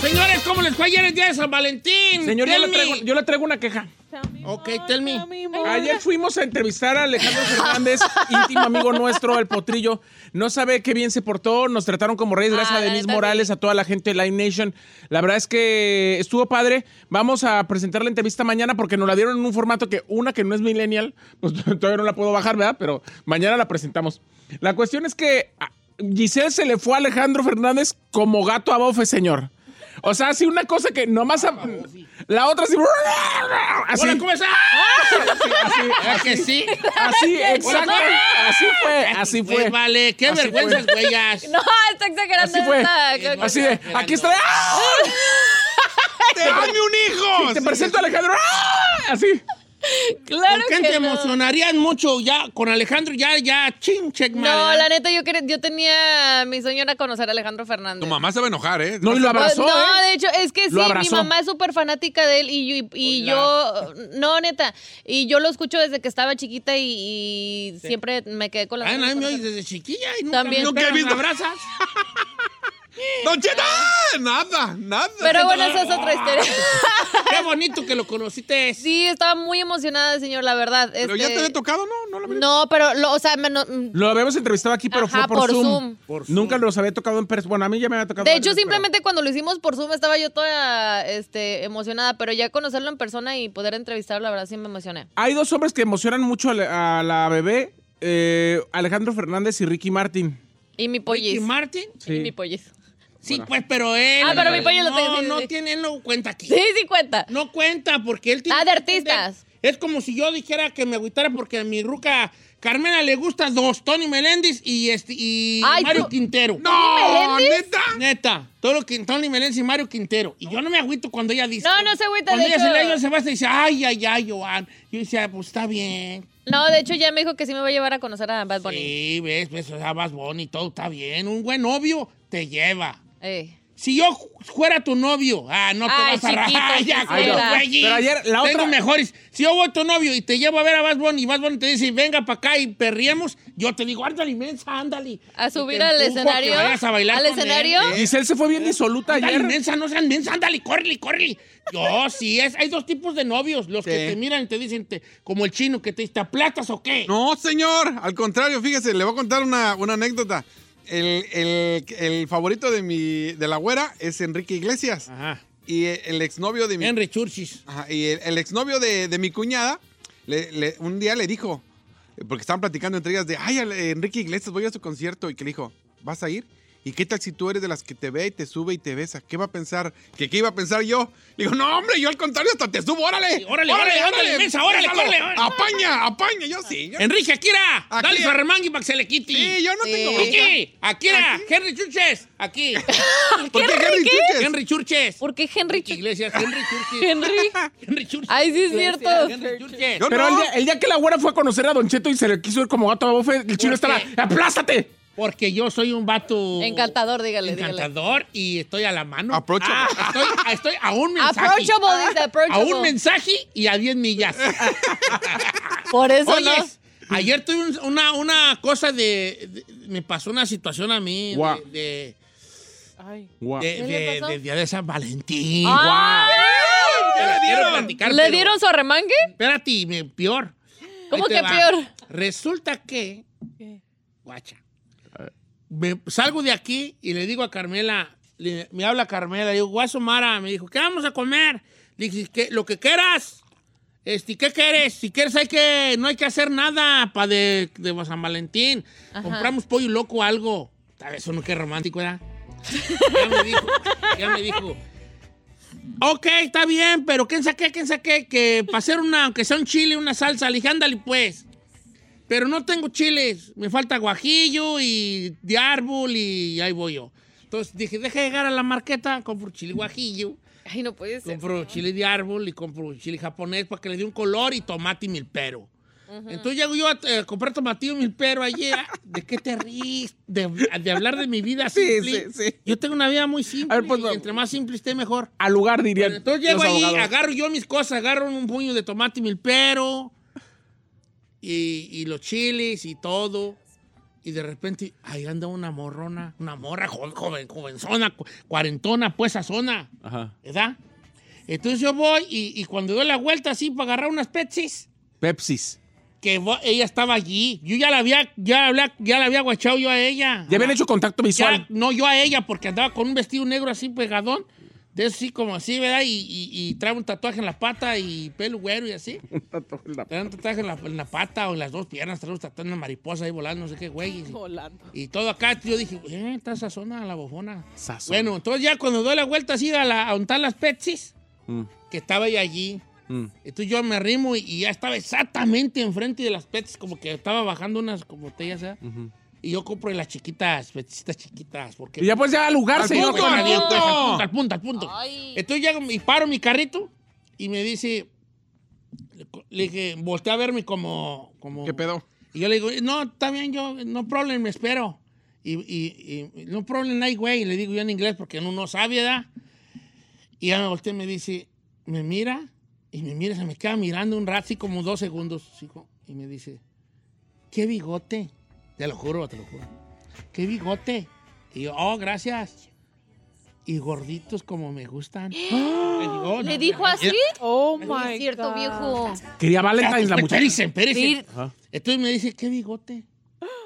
[SPEAKER 2] Señores, ¿cómo les fue ayer el día de San Valentín?
[SPEAKER 5] Señor, yo
[SPEAKER 2] Tell
[SPEAKER 5] le,
[SPEAKER 2] me.
[SPEAKER 5] traigo, yo le traigo una queja.
[SPEAKER 4] Tell me
[SPEAKER 2] Ok,
[SPEAKER 4] more,
[SPEAKER 2] tell me.
[SPEAKER 4] more.
[SPEAKER 5] Ayer fuimos a entrevistar a Alejandro Fernández, íntimo amigo nuestro, el potrillo. No sabe qué bien se portó, nos trataron como reyes, gracias
[SPEAKER 1] Ah,
[SPEAKER 5] a
[SPEAKER 1] la
[SPEAKER 5] Denise
[SPEAKER 1] neta,
[SPEAKER 5] Morales,
[SPEAKER 1] sí.
[SPEAKER 5] a toda la gente de Live Nation. La verdad es que estuvo padre. Vamos a presentar la entrevista mañana porque nos la dieron en un formato que una que no es millennial, [laughs] pues todavía no la puedo bajar, ¿verdad? Pero mañana la presentamos. La cuestión es que a Giselle se le fue a Alejandro Fernández como gato a bofe, señor. O sea, así una cosa que nomás... a- la otra así... así.
[SPEAKER 2] Hola, ¿cómo estás?
[SPEAKER 5] [laughs] así,
[SPEAKER 2] ¿Verdad que sí?
[SPEAKER 5] [laughs]
[SPEAKER 1] [laughs]
[SPEAKER 5] Así, exacto. Así fue, así
[SPEAKER 2] Güey,
[SPEAKER 5] fue.
[SPEAKER 2] Pues vale, qué
[SPEAKER 5] Así
[SPEAKER 2] vergüenza,
[SPEAKER 5] fue.
[SPEAKER 2] güeyas.
[SPEAKER 1] [laughs] No, está exagerando.
[SPEAKER 5] Así fue.
[SPEAKER 1] esta-
[SPEAKER 5] Así
[SPEAKER 1] [laughs]
[SPEAKER 5] de, aquí está.
[SPEAKER 2] [laughs]
[SPEAKER 5] ¡Ah!
[SPEAKER 3] ¡Dame un hijo!
[SPEAKER 5] Te
[SPEAKER 3] Sí,
[SPEAKER 5] presento a Alejandro. ¡Ah! Así.
[SPEAKER 1] Claro
[SPEAKER 2] ¿Por qué
[SPEAKER 1] que
[SPEAKER 2] te
[SPEAKER 1] no.
[SPEAKER 2] emocionarían mucho ya con Alejandro? Ya, ya, ching, check ¿eh?
[SPEAKER 1] No, la neta, yo, quería- yo tenía mi sueño era conocer a Alejandro Fernández.
[SPEAKER 3] Tu mamá se va a enojar, ¿eh?
[SPEAKER 5] No, y lo
[SPEAKER 1] Pues,
[SPEAKER 5] abrazó.
[SPEAKER 1] no,
[SPEAKER 5] ¿eh?
[SPEAKER 1] de hecho, es que sí,
[SPEAKER 5] Lo
[SPEAKER 1] mi
[SPEAKER 5] abrazó.
[SPEAKER 1] mamá es súper fanática de él y, yo- y- y yo, no, neta, y yo lo escucho desde que estaba chiquita y, y siempre me quedé con la...
[SPEAKER 2] Ah, no,
[SPEAKER 1] ganas
[SPEAKER 2] a
[SPEAKER 1] de
[SPEAKER 2] mí me
[SPEAKER 1] conocer.
[SPEAKER 2] oyes desde chiquilla y nunca,
[SPEAKER 1] También.
[SPEAKER 2] nunca he
[SPEAKER 1] Pero
[SPEAKER 2] visto.
[SPEAKER 1] me
[SPEAKER 2] abrazas?
[SPEAKER 3] [laughs] ¡Don Cheto! nada, nada.
[SPEAKER 1] Pero bueno, esa es otra historia.
[SPEAKER 2] [laughs] Qué bonito que lo conociste.
[SPEAKER 1] Sí, estaba muy emocionada, señor, la verdad. Este,
[SPEAKER 3] Pero ya te había tocado, ¿no? No lo había-
[SPEAKER 1] No, pero, lo- o sea, me no- mm,
[SPEAKER 5] Lo habíamos entrevistado aquí, pero
[SPEAKER 1] Ajá,
[SPEAKER 5] fue por,
[SPEAKER 1] por
[SPEAKER 5] Zoom.
[SPEAKER 1] Zoom.
[SPEAKER 2] Por Zoom.
[SPEAKER 5] Nunca los había tocado en persona. Bueno, a mí ya me había tocado.
[SPEAKER 1] de
[SPEAKER 5] varias
[SPEAKER 1] hecho,
[SPEAKER 5] veces,
[SPEAKER 1] simplemente cuando lo hicimos por Zoom estaba yo toda este, emocionada, pero ya conocerlo en persona y poder entrevistarlo, la verdad, sí me emocioné.
[SPEAKER 5] pero- Hay dos hombres que emocionan mucho a la, a la bebé: eh, Alejandro Fernández y Ricky Martin.
[SPEAKER 1] Y mi
[SPEAKER 2] ¿Y
[SPEAKER 1] polliz.
[SPEAKER 2] Martin?
[SPEAKER 1] Y mi polliz.
[SPEAKER 2] Sí, pues, pero él.
[SPEAKER 1] Ah, pero mi pollo lo tengo,
[SPEAKER 2] No,
[SPEAKER 1] sí,
[SPEAKER 2] no
[SPEAKER 1] sí.
[SPEAKER 2] tiene, él no cuenta aquí.
[SPEAKER 1] Sí, sí cuenta.
[SPEAKER 2] No cuenta porque él tiene.
[SPEAKER 1] Ah, de
[SPEAKER 2] que entender.
[SPEAKER 1] artistas.
[SPEAKER 2] Es como si yo dijera que me agüitara porque a mi ruca Carmela le gusta dos: Tony Meléndez y, este, y
[SPEAKER 1] Ay,
[SPEAKER 2] Mario
[SPEAKER 1] tú-
[SPEAKER 2] Quintero.
[SPEAKER 3] No, neta.
[SPEAKER 2] Neta, todo lo que Tony Meléndez y Mario Quintero. Y yo no me agüito cuando ella dice.
[SPEAKER 1] No, no se agüita,
[SPEAKER 2] Cuando
[SPEAKER 1] de
[SPEAKER 2] ella se
[SPEAKER 1] hecho-
[SPEAKER 2] le ella se va y dice, ay, ay, ay, Joan. Yo decía, pues está bien.
[SPEAKER 1] No, de hecho ya me dijo que sí me va a llevar a conocer a Bad Bunny.
[SPEAKER 2] Sí, ves, ves, o sea, vas y todo está bien. Un buen novio te lleva.
[SPEAKER 1] Eh.
[SPEAKER 2] Si yo fuera tu novio, ah, no te
[SPEAKER 1] Ay,
[SPEAKER 2] vas a rajar.
[SPEAKER 1] chiquito,
[SPEAKER 2] Ay, ya,
[SPEAKER 1] Gisela.
[SPEAKER 2] con los güeyes.
[SPEAKER 5] Pero ayer, la
[SPEAKER 2] Tengo
[SPEAKER 5] otra-
[SPEAKER 2] mejores. Si yo voy tu novio y te llevo a ver a Bad Bunny y Bad Bunny te dice, venga para acá y perriemos, yo te digo, ándale, inmensa, ándale.
[SPEAKER 1] A
[SPEAKER 2] Y te
[SPEAKER 1] subir al
[SPEAKER 2] empujo a que
[SPEAKER 1] escenario.
[SPEAKER 2] vayas a bailar
[SPEAKER 1] Al
[SPEAKER 2] con él. ¿eh?
[SPEAKER 1] escenario.
[SPEAKER 5] Giselle se fue bien disoluta
[SPEAKER 2] Ándale,
[SPEAKER 5] ayer.
[SPEAKER 2] inmensa, no sean mensa, ándale, córrele, córrele. Yo sí, es, hay dos tipos de novios, los que
[SPEAKER 3] Sí.
[SPEAKER 2] te miran y te dicen, te- como el chino, que te dice, ¿te aplatas o qué?
[SPEAKER 3] No, señor. Al contrario, fíjese, le voy a contar una, una anécdota. El, el- el favorito de mi de la güera es Enrique Iglesias.
[SPEAKER 2] Ajá.
[SPEAKER 3] Y el exnovio de mi
[SPEAKER 2] Henry Churchis.
[SPEAKER 3] Ajá, y el, el exnovio de, de mi cuñada, le- le- un día le dijo, porque estaban platicando entre ellas de, ay, al- Enrique Iglesias, voy a su concierto, y que le dijo, ¿vas a ir? ¿Y qué tal si tú eres de las que te ve y te sube y te besa? ¿Qué va a pensar? ¿Que qué iba a pensar yo? Le digo, no, hombre, yo al contrario hasta te subo, órale.
[SPEAKER 2] Sí, órale, órale, ándale, mensa, órale,
[SPEAKER 3] bésalo,
[SPEAKER 2] córrele, órale.
[SPEAKER 3] Apaña, apaña, yo sí. yo-
[SPEAKER 2] Enrique Akira,
[SPEAKER 3] Akira.
[SPEAKER 2] dale su arremangui para que se le quite.
[SPEAKER 3] sí, yo no
[SPEAKER 1] Sí.
[SPEAKER 3] tengo... bronca.
[SPEAKER 2] Aquí, aquí era, Henry Churches, aquí.
[SPEAKER 3] [laughs] ¿Por qué Henry Chuches?
[SPEAKER 2] Henry Churches.
[SPEAKER 1] ¿Por qué Henry? Ch-
[SPEAKER 2] Iglesias, Henry Churches.
[SPEAKER 1] [laughs] Henry.
[SPEAKER 2] Henry Churches.
[SPEAKER 1] Ay, sí es cierto.
[SPEAKER 2] Henry Churches.
[SPEAKER 3] Yo
[SPEAKER 5] Pero
[SPEAKER 3] no.
[SPEAKER 5] el día, el día que la güera fue a conocer a Don Cheto y se le quiso ir como gato a bofe, el chino estaba,
[SPEAKER 2] qué?
[SPEAKER 5] ¡aplástate!
[SPEAKER 2] Porque yo soy un vato.
[SPEAKER 1] Encantador, dígale,
[SPEAKER 2] Encantador y estoy a la mano.
[SPEAKER 3] Approachable.
[SPEAKER 2] Ah, estoy, estoy a
[SPEAKER 1] [laughs]
[SPEAKER 2] un mensaje. Ah,
[SPEAKER 1] Approachable, dice
[SPEAKER 2] A
[SPEAKER 1] approachable.
[SPEAKER 2] un mensaje y a 10 millas.
[SPEAKER 1] [laughs] Por eso no.
[SPEAKER 2] Oyes, ayer tuve un- una, una cosa de, de- Me pasó una situación a mí.
[SPEAKER 5] Guau.
[SPEAKER 2] De,
[SPEAKER 4] Ay.
[SPEAKER 2] de, de,
[SPEAKER 1] ¿Qué le
[SPEAKER 2] de-
[SPEAKER 1] pasó?
[SPEAKER 2] del día de San Valentín.
[SPEAKER 1] Ah.
[SPEAKER 2] Guau. Te la quiero platicar,
[SPEAKER 1] ¿Le
[SPEAKER 2] pero-
[SPEAKER 1] dieron su arremangue?
[SPEAKER 2] Espérate, me- peor.
[SPEAKER 1] ¿Cómo
[SPEAKER 2] Ahí te
[SPEAKER 1] que
[SPEAKER 2] va.
[SPEAKER 1] peor?
[SPEAKER 2] Resulta que. Guacha. Me- salgo de aquí y le digo a Carmela, le- me habla Carmela, le digo, Guaso Mara, me dijo, ¿qué vamos a comer? Le dije, "Que- lo que quieras. Este, ¿qué quieres? Si quieres hay que, no hay que hacer nada para de, de San Valentín. Compramos pollo loco o algo. A ver, eso no qué romántico era. Ya me dijo, ya me dijo. Ok, está bien, pero ¿quién saqué? ¿Quién saqué? Que para hacer una, aunque sea un chile, una salsa, le dije, ándale pues. Pero no tengo chiles, me falta guajillo y de árbol y ahí voy yo. Entonces dije, deja llegar a la marqueta, compro chile guajillo,
[SPEAKER 1] Ay, no puede ser.
[SPEAKER 2] compro chile de árbol y compro chile japonés para que le dé un color y tomate y milpero.
[SPEAKER 5] Ah.
[SPEAKER 2] Entonces llego yo a eh, a comprar tomatillo y milpero ayer. ah, ¿De qué te ríes? De, de hablar de mi vida
[SPEAKER 5] Sí,
[SPEAKER 2] simple.
[SPEAKER 5] sí, sí.
[SPEAKER 2] Yo tengo una vida muy simple.
[SPEAKER 5] A ver, pues,
[SPEAKER 2] y entre más simple esté, mejor.
[SPEAKER 5] Al lugar, diría.
[SPEAKER 2] Bueno, entonces llego
[SPEAKER 5] los
[SPEAKER 2] ahí,
[SPEAKER 5] abogados.
[SPEAKER 2] agarro yo mis cosas, agarro un puño de tomate y milpero y, y los chiles y todo. Y de repente, ahí anda una morrona, una morra jo- joven, jovenzona, cu- cuarentona, pues zona,
[SPEAKER 5] Ajá.
[SPEAKER 2] ¿verdad? Entonces yo voy y, y cuando doy la vuelta así para agarrar unas pepsis,
[SPEAKER 5] Pepsis.
[SPEAKER 2] que vo- ella estaba allí. Yo ya la había, ya la había, ya la había guachado yo a ella.
[SPEAKER 5] Ya habían hecho contacto
[SPEAKER 2] Ya,
[SPEAKER 5] visual.
[SPEAKER 2] no, yo a ella, porque andaba con un vestido negro así pegadón, de eso así como así, ¿verdad? Y, y, y trae un tatuaje en la pata y pelo güero y [laughs] así. Trae un tatuaje en la, en la pata o en las dos piernas, trae un tatuaje en una mariposa ahí volando, no sé qué, güey. Y,
[SPEAKER 4] Volando.
[SPEAKER 2] y todo acá, yo dije, eh, está esa zona, la bofona.
[SPEAKER 5] Sazón.
[SPEAKER 2] Bueno, entonces ya cuando doy la vuelta así a, la, a untar las Pepsis,
[SPEAKER 5] Mm,
[SPEAKER 2] que estaba ella allí,
[SPEAKER 5] mm.
[SPEAKER 2] entonces yo me arrimo y, y ya estaba exactamente enfrente de las Pepsis, como que estaba bajando unas como botellas, ¿verdad? Y yo compro de las chiquitas, Pepsitas chiquitas, porque...
[SPEAKER 5] Y ya pues ya al lugar,
[SPEAKER 3] Al
[SPEAKER 5] señor.
[SPEAKER 3] punto,
[SPEAKER 2] Al
[SPEAKER 5] Corraliento.
[SPEAKER 2] punto, al punto, al punto, al punto.
[SPEAKER 1] Ay.
[SPEAKER 2] Entonces llego y paro mi carrito y me dice, le co- le dije, volteé a verme como, como...
[SPEAKER 3] ¿Qué pedo?
[SPEAKER 2] Y yo le digo, no, está bien, yo, no problem, me espero. Y, y, y no problem, hay güey, le digo yo en inglés porque uno no sabe, ¿verdad? Y ya me volteé y me dice, me mira y me mira, se me queda mirando un rato, así como dos segundos, así como- y me dice, qué bigote, te lo juro, te lo juro, qué bigote. Y yo, oh, gracias. y gorditos como me
[SPEAKER 1] [gasps]
[SPEAKER 2] gustan. Le digo,
[SPEAKER 1] ¿Le
[SPEAKER 2] no,
[SPEAKER 1] dijo
[SPEAKER 2] no,
[SPEAKER 1] así?
[SPEAKER 4] Oh
[SPEAKER 1] No
[SPEAKER 4] my
[SPEAKER 1] es cierto,
[SPEAKER 4] God.
[SPEAKER 1] viejo.
[SPEAKER 5] Quería Valentine's la
[SPEAKER 2] Espérate,
[SPEAKER 5] muchacha.
[SPEAKER 2] espérese, espérese.
[SPEAKER 1] Sí.
[SPEAKER 2] Entonces me dice, ¿qué bigote?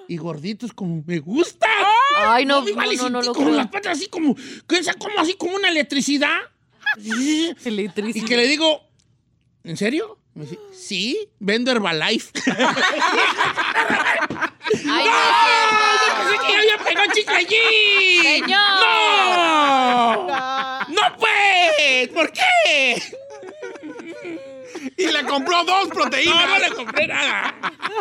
[SPEAKER 2] Y gorditos como me gusta.
[SPEAKER 1] [gasps] Ay, no,
[SPEAKER 2] me
[SPEAKER 1] no,
[SPEAKER 2] vale
[SPEAKER 1] no,
[SPEAKER 2] sentir
[SPEAKER 1] no lo
[SPEAKER 2] con
[SPEAKER 1] creo.
[SPEAKER 2] las patas así como, ¿qué es? como así como una electricidad.
[SPEAKER 1] [laughs]
[SPEAKER 2] y que le digo, ¿en serio? Me dice, sí, vendo
[SPEAKER 1] [laughs]
[SPEAKER 2] Herbalife.
[SPEAKER 1] Ay, no es cierto.
[SPEAKER 2] ¡Pensé que ya había pegado chicle allí!
[SPEAKER 1] Señor.
[SPEAKER 2] ¡No! ¡No
[SPEAKER 1] [laughs]
[SPEAKER 2] pues! ¿Por qué?
[SPEAKER 3] Y le compró dos
[SPEAKER 2] No, no
[SPEAKER 3] proteínas.
[SPEAKER 2] le compré nada.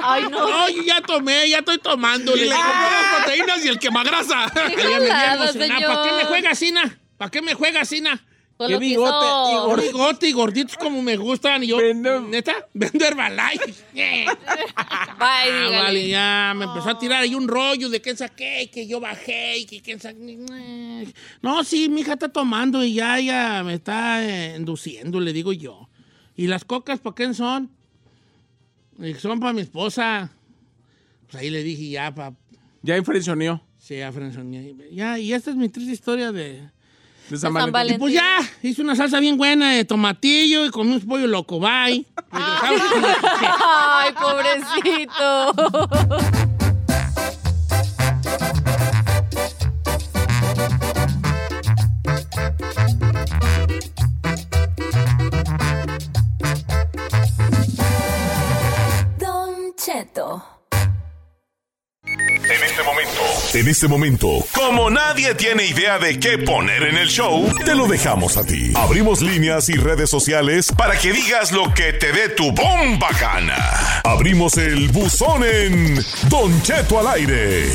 [SPEAKER 1] Ay, no.
[SPEAKER 2] No, yo ya tomé, ya estoy tomando.
[SPEAKER 3] Y le compró dos proteínas y el quemagrasa.
[SPEAKER 1] Qué
[SPEAKER 2] Ay, ya me vi
[SPEAKER 1] jalada,
[SPEAKER 2] emocionado.
[SPEAKER 1] señor.
[SPEAKER 2] ¿Para qué me juega Sina? ¿Para qué me juega Sina?
[SPEAKER 1] Con
[SPEAKER 5] Qué
[SPEAKER 1] lo que
[SPEAKER 5] bigote,
[SPEAKER 1] hizo.
[SPEAKER 5] Igor.
[SPEAKER 1] [laughs]
[SPEAKER 2] Bigote y gorditos como me gustan. Y yo,
[SPEAKER 5] Vendo-
[SPEAKER 2] ¿neta? Vendo Herbalife. Yeah.
[SPEAKER 1] Bye,
[SPEAKER 2] Ah,
[SPEAKER 1] dígale.
[SPEAKER 2] vale, ya me empezó a tirar ahí un rollo de que saqué y que yo bajé y que quién sabe. No, sí, mi hija está tomando y ya, ya me está eh, induciendo, le digo yo. ¿Y las cocas para quién son? Y son para mi esposa. Pues ahí le dije ya, pa,
[SPEAKER 5] Ya infraccionó.
[SPEAKER 2] se afrenzoné. Ya, y esta es mi triste historia de...
[SPEAKER 5] De San
[SPEAKER 1] De San
[SPEAKER 5] Valentín.
[SPEAKER 2] Y pues ya, hice una salsa bien buena de tomatillo y comí un pollo loco, bye. Regresamos.
[SPEAKER 1] [laughs] Ay, pobrecito.
[SPEAKER 7] Don Cheto.
[SPEAKER 8] En este momento, en este momento, como nadie tiene idea de qué poner en el show, te lo dejamos a ti. Abrimos líneas y redes sociales para que digas lo que te dé tu bomba gana. Abrimos el buzón en Don Cheto al aire.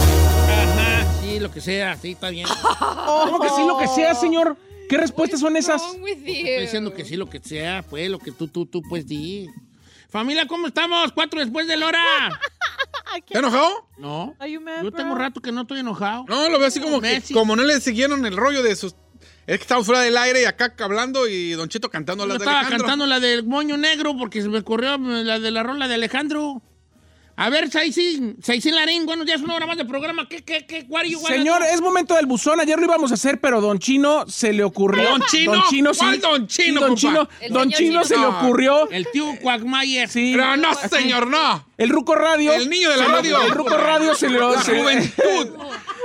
[SPEAKER 2] Ajá, sí, lo que sea, sí, está bien.
[SPEAKER 5] Oh, ¿Cómo que sí [laughs] lo que sea, señor? ¿Qué respuestas son esas?
[SPEAKER 2] Estoy diciendo que sí, lo que sea, pues, lo que tú, tú, tú, pues, di. Familia, ¿cómo estamos? Cuatro después de la hora.
[SPEAKER 3] ¿Te enojó?
[SPEAKER 2] No.
[SPEAKER 4] Are you mad,
[SPEAKER 2] Yo tengo
[SPEAKER 4] bro?
[SPEAKER 2] rato que no estoy enojado.
[SPEAKER 3] No, lo veo así como que,
[SPEAKER 2] Messi.
[SPEAKER 3] como no le siguieron el rollo de sus... Es que estamos fuera del aire y acá hablando y Don Cheto cantando
[SPEAKER 2] Yo
[SPEAKER 3] las de
[SPEAKER 2] estaba
[SPEAKER 3] Alejandro.
[SPEAKER 2] cantando la del moño negro porque se me ocurrió la de la rola de Alejandro. A ver, Saicín, Saicín Larín, buenos días, una hora más de programa. ¿Qué, qué, qué, what are you gonna
[SPEAKER 5] Señor,
[SPEAKER 2] do?
[SPEAKER 5] es momento del buzón. Ayer lo íbamos a hacer, pero Don Chino se le ocurrió.
[SPEAKER 2] ¿Don Chino?
[SPEAKER 5] Don Chino, sí.
[SPEAKER 2] ¿Cuál Don
[SPEAKER 5] Sí,
[SPEAKER 2] Chino,
[SPEAKER 5] Don
[SPEAKER 2] compa?
[SPEAKER 5] Chino,
[SPEAKER 1] El
[SPEAKER 5] Don
[SPEAKER 1] señor
[SPEAKER 5] Chino se
[SPEAKER 1] Chino.
[SPEAKER 5] le ocurrió.
[SPEAKER 2] El tío Quagmayer.
[SPEAKER 5] Sí.
[SPEAKER 3] Pero no, señor, no.
[SPEAKER 5] El Ruco Radio.
[SPEAKER 3] El niño de la
[SPEAKER 5] se le-
[SPEAKER 3] radio.
[SPEAKER 5] El Ruco Radio se le.
[SPEAKER 3] La
[SPEAKER 5] se-
[SPEAKER 3] juventud.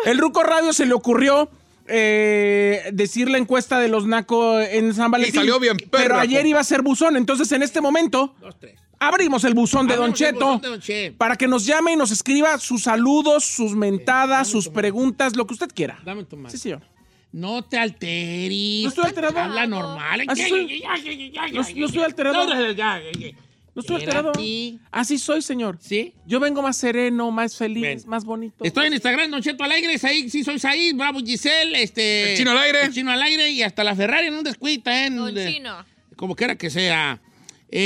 [SPEAKER 5] El Ruco Radio se le ocurrió. eh, decir la encuesta de los Naco en San Valentín.
[SPEAKER 3] salió bien perra,
[SPEAKER 5] Pero ayer
[SPEAKER 3] compa.
[SPEAKER 5] iba a ser buzón, entonces en este momento
[SPEAKER 2] Dos, tres.
[SPEAKER 5] abrimos el buzón de Don
[SPEAKER 2] Abrimos el
[SPEAKER 5] Cheto
[SPEAKER 2] buzón de Don Che.
[SPEAKER 5] para que nos llame y nos escriba sus saludos, sus mentadas, sus preguntas, lo que usted quiera.
[SPEAKER 2] Dame tu mano.
[SPEAKER 5] Sí, señor.
[SPEAKER 2] No te alteres.
[SPEAKER 5] No estoy alterado.
[SPEAKER 2] Habla normal.
[SPEAKER 5] Así soy. No- no estoy alterado. No estoy alterado.
[SPEAKER 2] Espérate.
[SPEAKER 5] Así soy, señor.
[SPEAKER 2] ¿Sí?
[SPEAKER 5] Yo vengo más sereno, más feliz,
[SPEAKER 2] Ven.
[SPEAKER 5] más bonito.
[SPEAKER 3] Pues,
[SPEAKER 2] Estoy en Instagram, Don Cheto Alegre, ahí sí soy ahí, bravo Giselle, este...
[SPEAKER 3] El Chino al aire.
[SPEAKER 2] El Chino al aire y hasta la Ferrari en un descuito, ¿eh? En-
[SPEAKER 1] Don
[SPEAKER 2] de-
[SPEAKER 1] Chino.
[SPEAKER 2] Como quiera que sea.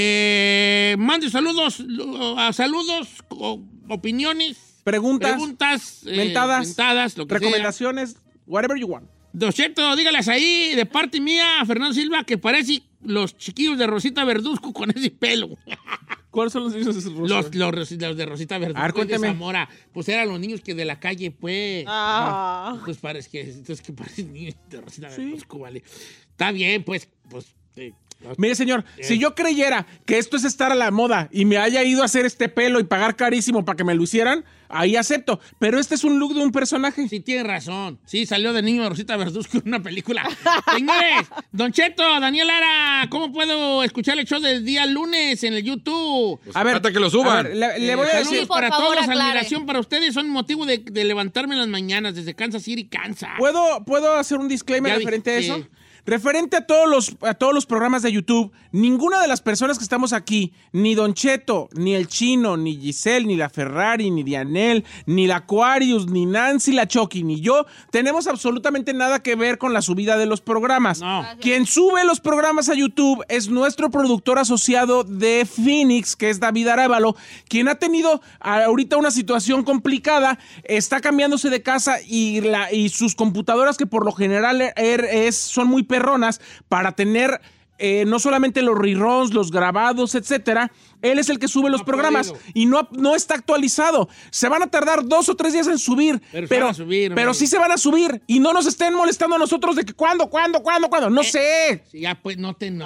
[SPEAKER 2] Eh, mande saludos, lo- a saludos, o- opiniones,
[SPEAKER 5] Preguntas,
[SPEAKER 2] preguntas, eh,
[SPEAKER 5] mentadas,
[SPEAKER 2] mentadas, lo que sea.
[SPEAKER 5] recomendaciones, whatever you want.
[SPEAKER 2] Don Cheto, dígales ahí, de parte mía, a Fernando Silva, que parece los chiquillos de Rosita Verduzco con ese pelo.
[SPEAKER 5] [laughs] ¿Cuáles son los niños de sus
[SPEAKER 2] Los, los, Rosi- los de Rosita Verduzco
[SPEAKER 5] A ver,
[SPEAKER 2] y de
[SPEAKER 5] cuénteme.
[SPEAKER 2] Zamora. Pues eran los niños que de la calle, pues.
[SPEAKER 4] Ah.
[SPEAKER 2] Pues parece que, entonces que parece niños de Rosita Verduzco, vale. Está bien, pues, pues. eh, los-
[SPEAKER 5] Mire, señor, si yo creyera que esto es estar a la moda y me haya ido a hacer este pelo y pagar carísimo para que me lo hicieran, ahí acepto. Pero este es un look de un personaje.
[SPEAKER 2] Sí, tiene razón. Sí, salió de niño de Rosita Verduzco en una
[SPEAKER 5] [laughs]
[SPEAKER 2] película. Señores, Don Cheto, Daniel Lara, ¿cómo puedo escuchar el show del día lunes en el YouTube?
[SPEAKER 3] Pues,
[SPEAKER 2] eh,
[SPEAKER 5] A ver.
[SPEAKER 3] Hasta que lo suban.
[SPEAKER 5] a ver, le, le voy a
[SPEAKER 2] Saludos
[SPEAKER 5] decir.
[SPEAKER 1] por
[SPEAKER 2] para
[SPEAKER 1] favor,
[SPEAKER 2] todos,
[SPEAKER 1] aclare.
[SPEAKER 2] admiración para ustedes, son motivo de, de levantarme en las mañanas desde Kansas City, Kansas.
[SPEAKER 5] ¿Puedo, ¿Puedo hacer un disclaimer
[SPEAKER 2] Ah. Ya vi-
[SPEAKER 5] referente a
[SPEAKER 2] sí.
[SPEAKER 5] eso? Referente a todos, los, a todos los programas de YouTube, ninguna de las personas que estamos aquí, ni Don Cheto, ni El Chino, ni Giselle, ni la Ferrari, ni Dianel, ni la Aquarius, ni Nancy, la Chucky, ni yo, tenemos absolutamente nada que ver con la subida de los programas.
[SPEAKER 2] No.
[SPEAKER 5] Quien sube los programas a YouTube es nuestro productor asociado de Phoenix, que es David Arábalo, quien ha tenido ahorita una situación complicada, está cambiándose de casa y, e, la- y sus computadoras, que por lo general er- es- son muy perronas, para tener eh, no solamente los reruns, los grabados, etcétera. Él es el que sube los programas y no, no está actualizado. Se van a tardar dos o tres días en subir, pero,
[SPEAKER 2] Pero se van a subir,
[SPEAKER 5] pero
[SPEAKER 2] hombre.
[SPEAKER 5] sí se van a subir y no nos estén molestando a nosotros de que cuándo, cuándo, cuándo, cuándo. No sé.
[SPEAKER 2] Sí, Ya, pues, no te no.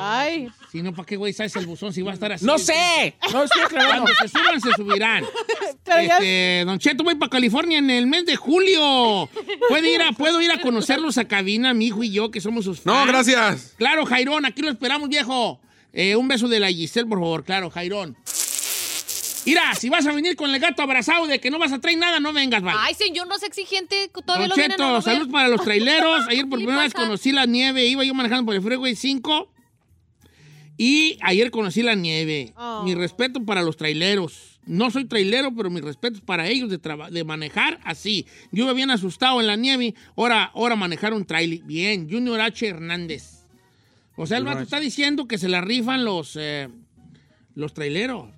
[SPEAKER 2] Si no, ¿para qué, güey, sabes el buzón si va a estar así?
[SPEAKER 5] No sé. No estoy aclarando.
[SPEAKER 2] Cuando se suban, se subirán.
[SPEAKER 4] [laughs] Pero ya-
[SPEAKER 2] Este, Don Cheto, voy para California en el mes de julio. ¿Puedo ir a, puedo ir a conocerlos a cabina, mi hijo y yo, que somos sus fans?
[SPEAKER 3] No, gracias.
[SPEAKER 2] Claro, Jairón, aquí lo esperamos, viejo. Eh, un beso de la Giselle, por favor, claro, Jairón. Mira, si vas a venir con el gato abrazado de que no vas a traer nada, no vengas, bye.
[SPEAKER 1] Ay, señor, no se exigente. Todavía
[SPEAKER 2] Don
[SPEAKER 1] lo vienen a
[SPEAKER 2] Cheto,
[SPEAKER 1] mover.
[SPEAKER 2] salud para los traileros. Ayer por
[SPEAKER 1] Sí
[SPEAKER 2] primera vez
[SPEAKER 1] pasa.
[SPEAKER 2] conocí la nieve. Iba yo manejando por el Freeway 5. Y ayer conocí la nieve.
[SPEAKER 4] Oh.
[SPEAKER 2] Mi respeto para los traileros. No soy trailero, pero mi respeto es para ellos de, traba- de manejar así. Yo iba bien asustado en la nieve. Ahora, ahora manejar un trailer. Bien, Junior H. Hernández. O sea, el vato está diciendo que se la rifan los, eh, los traileros.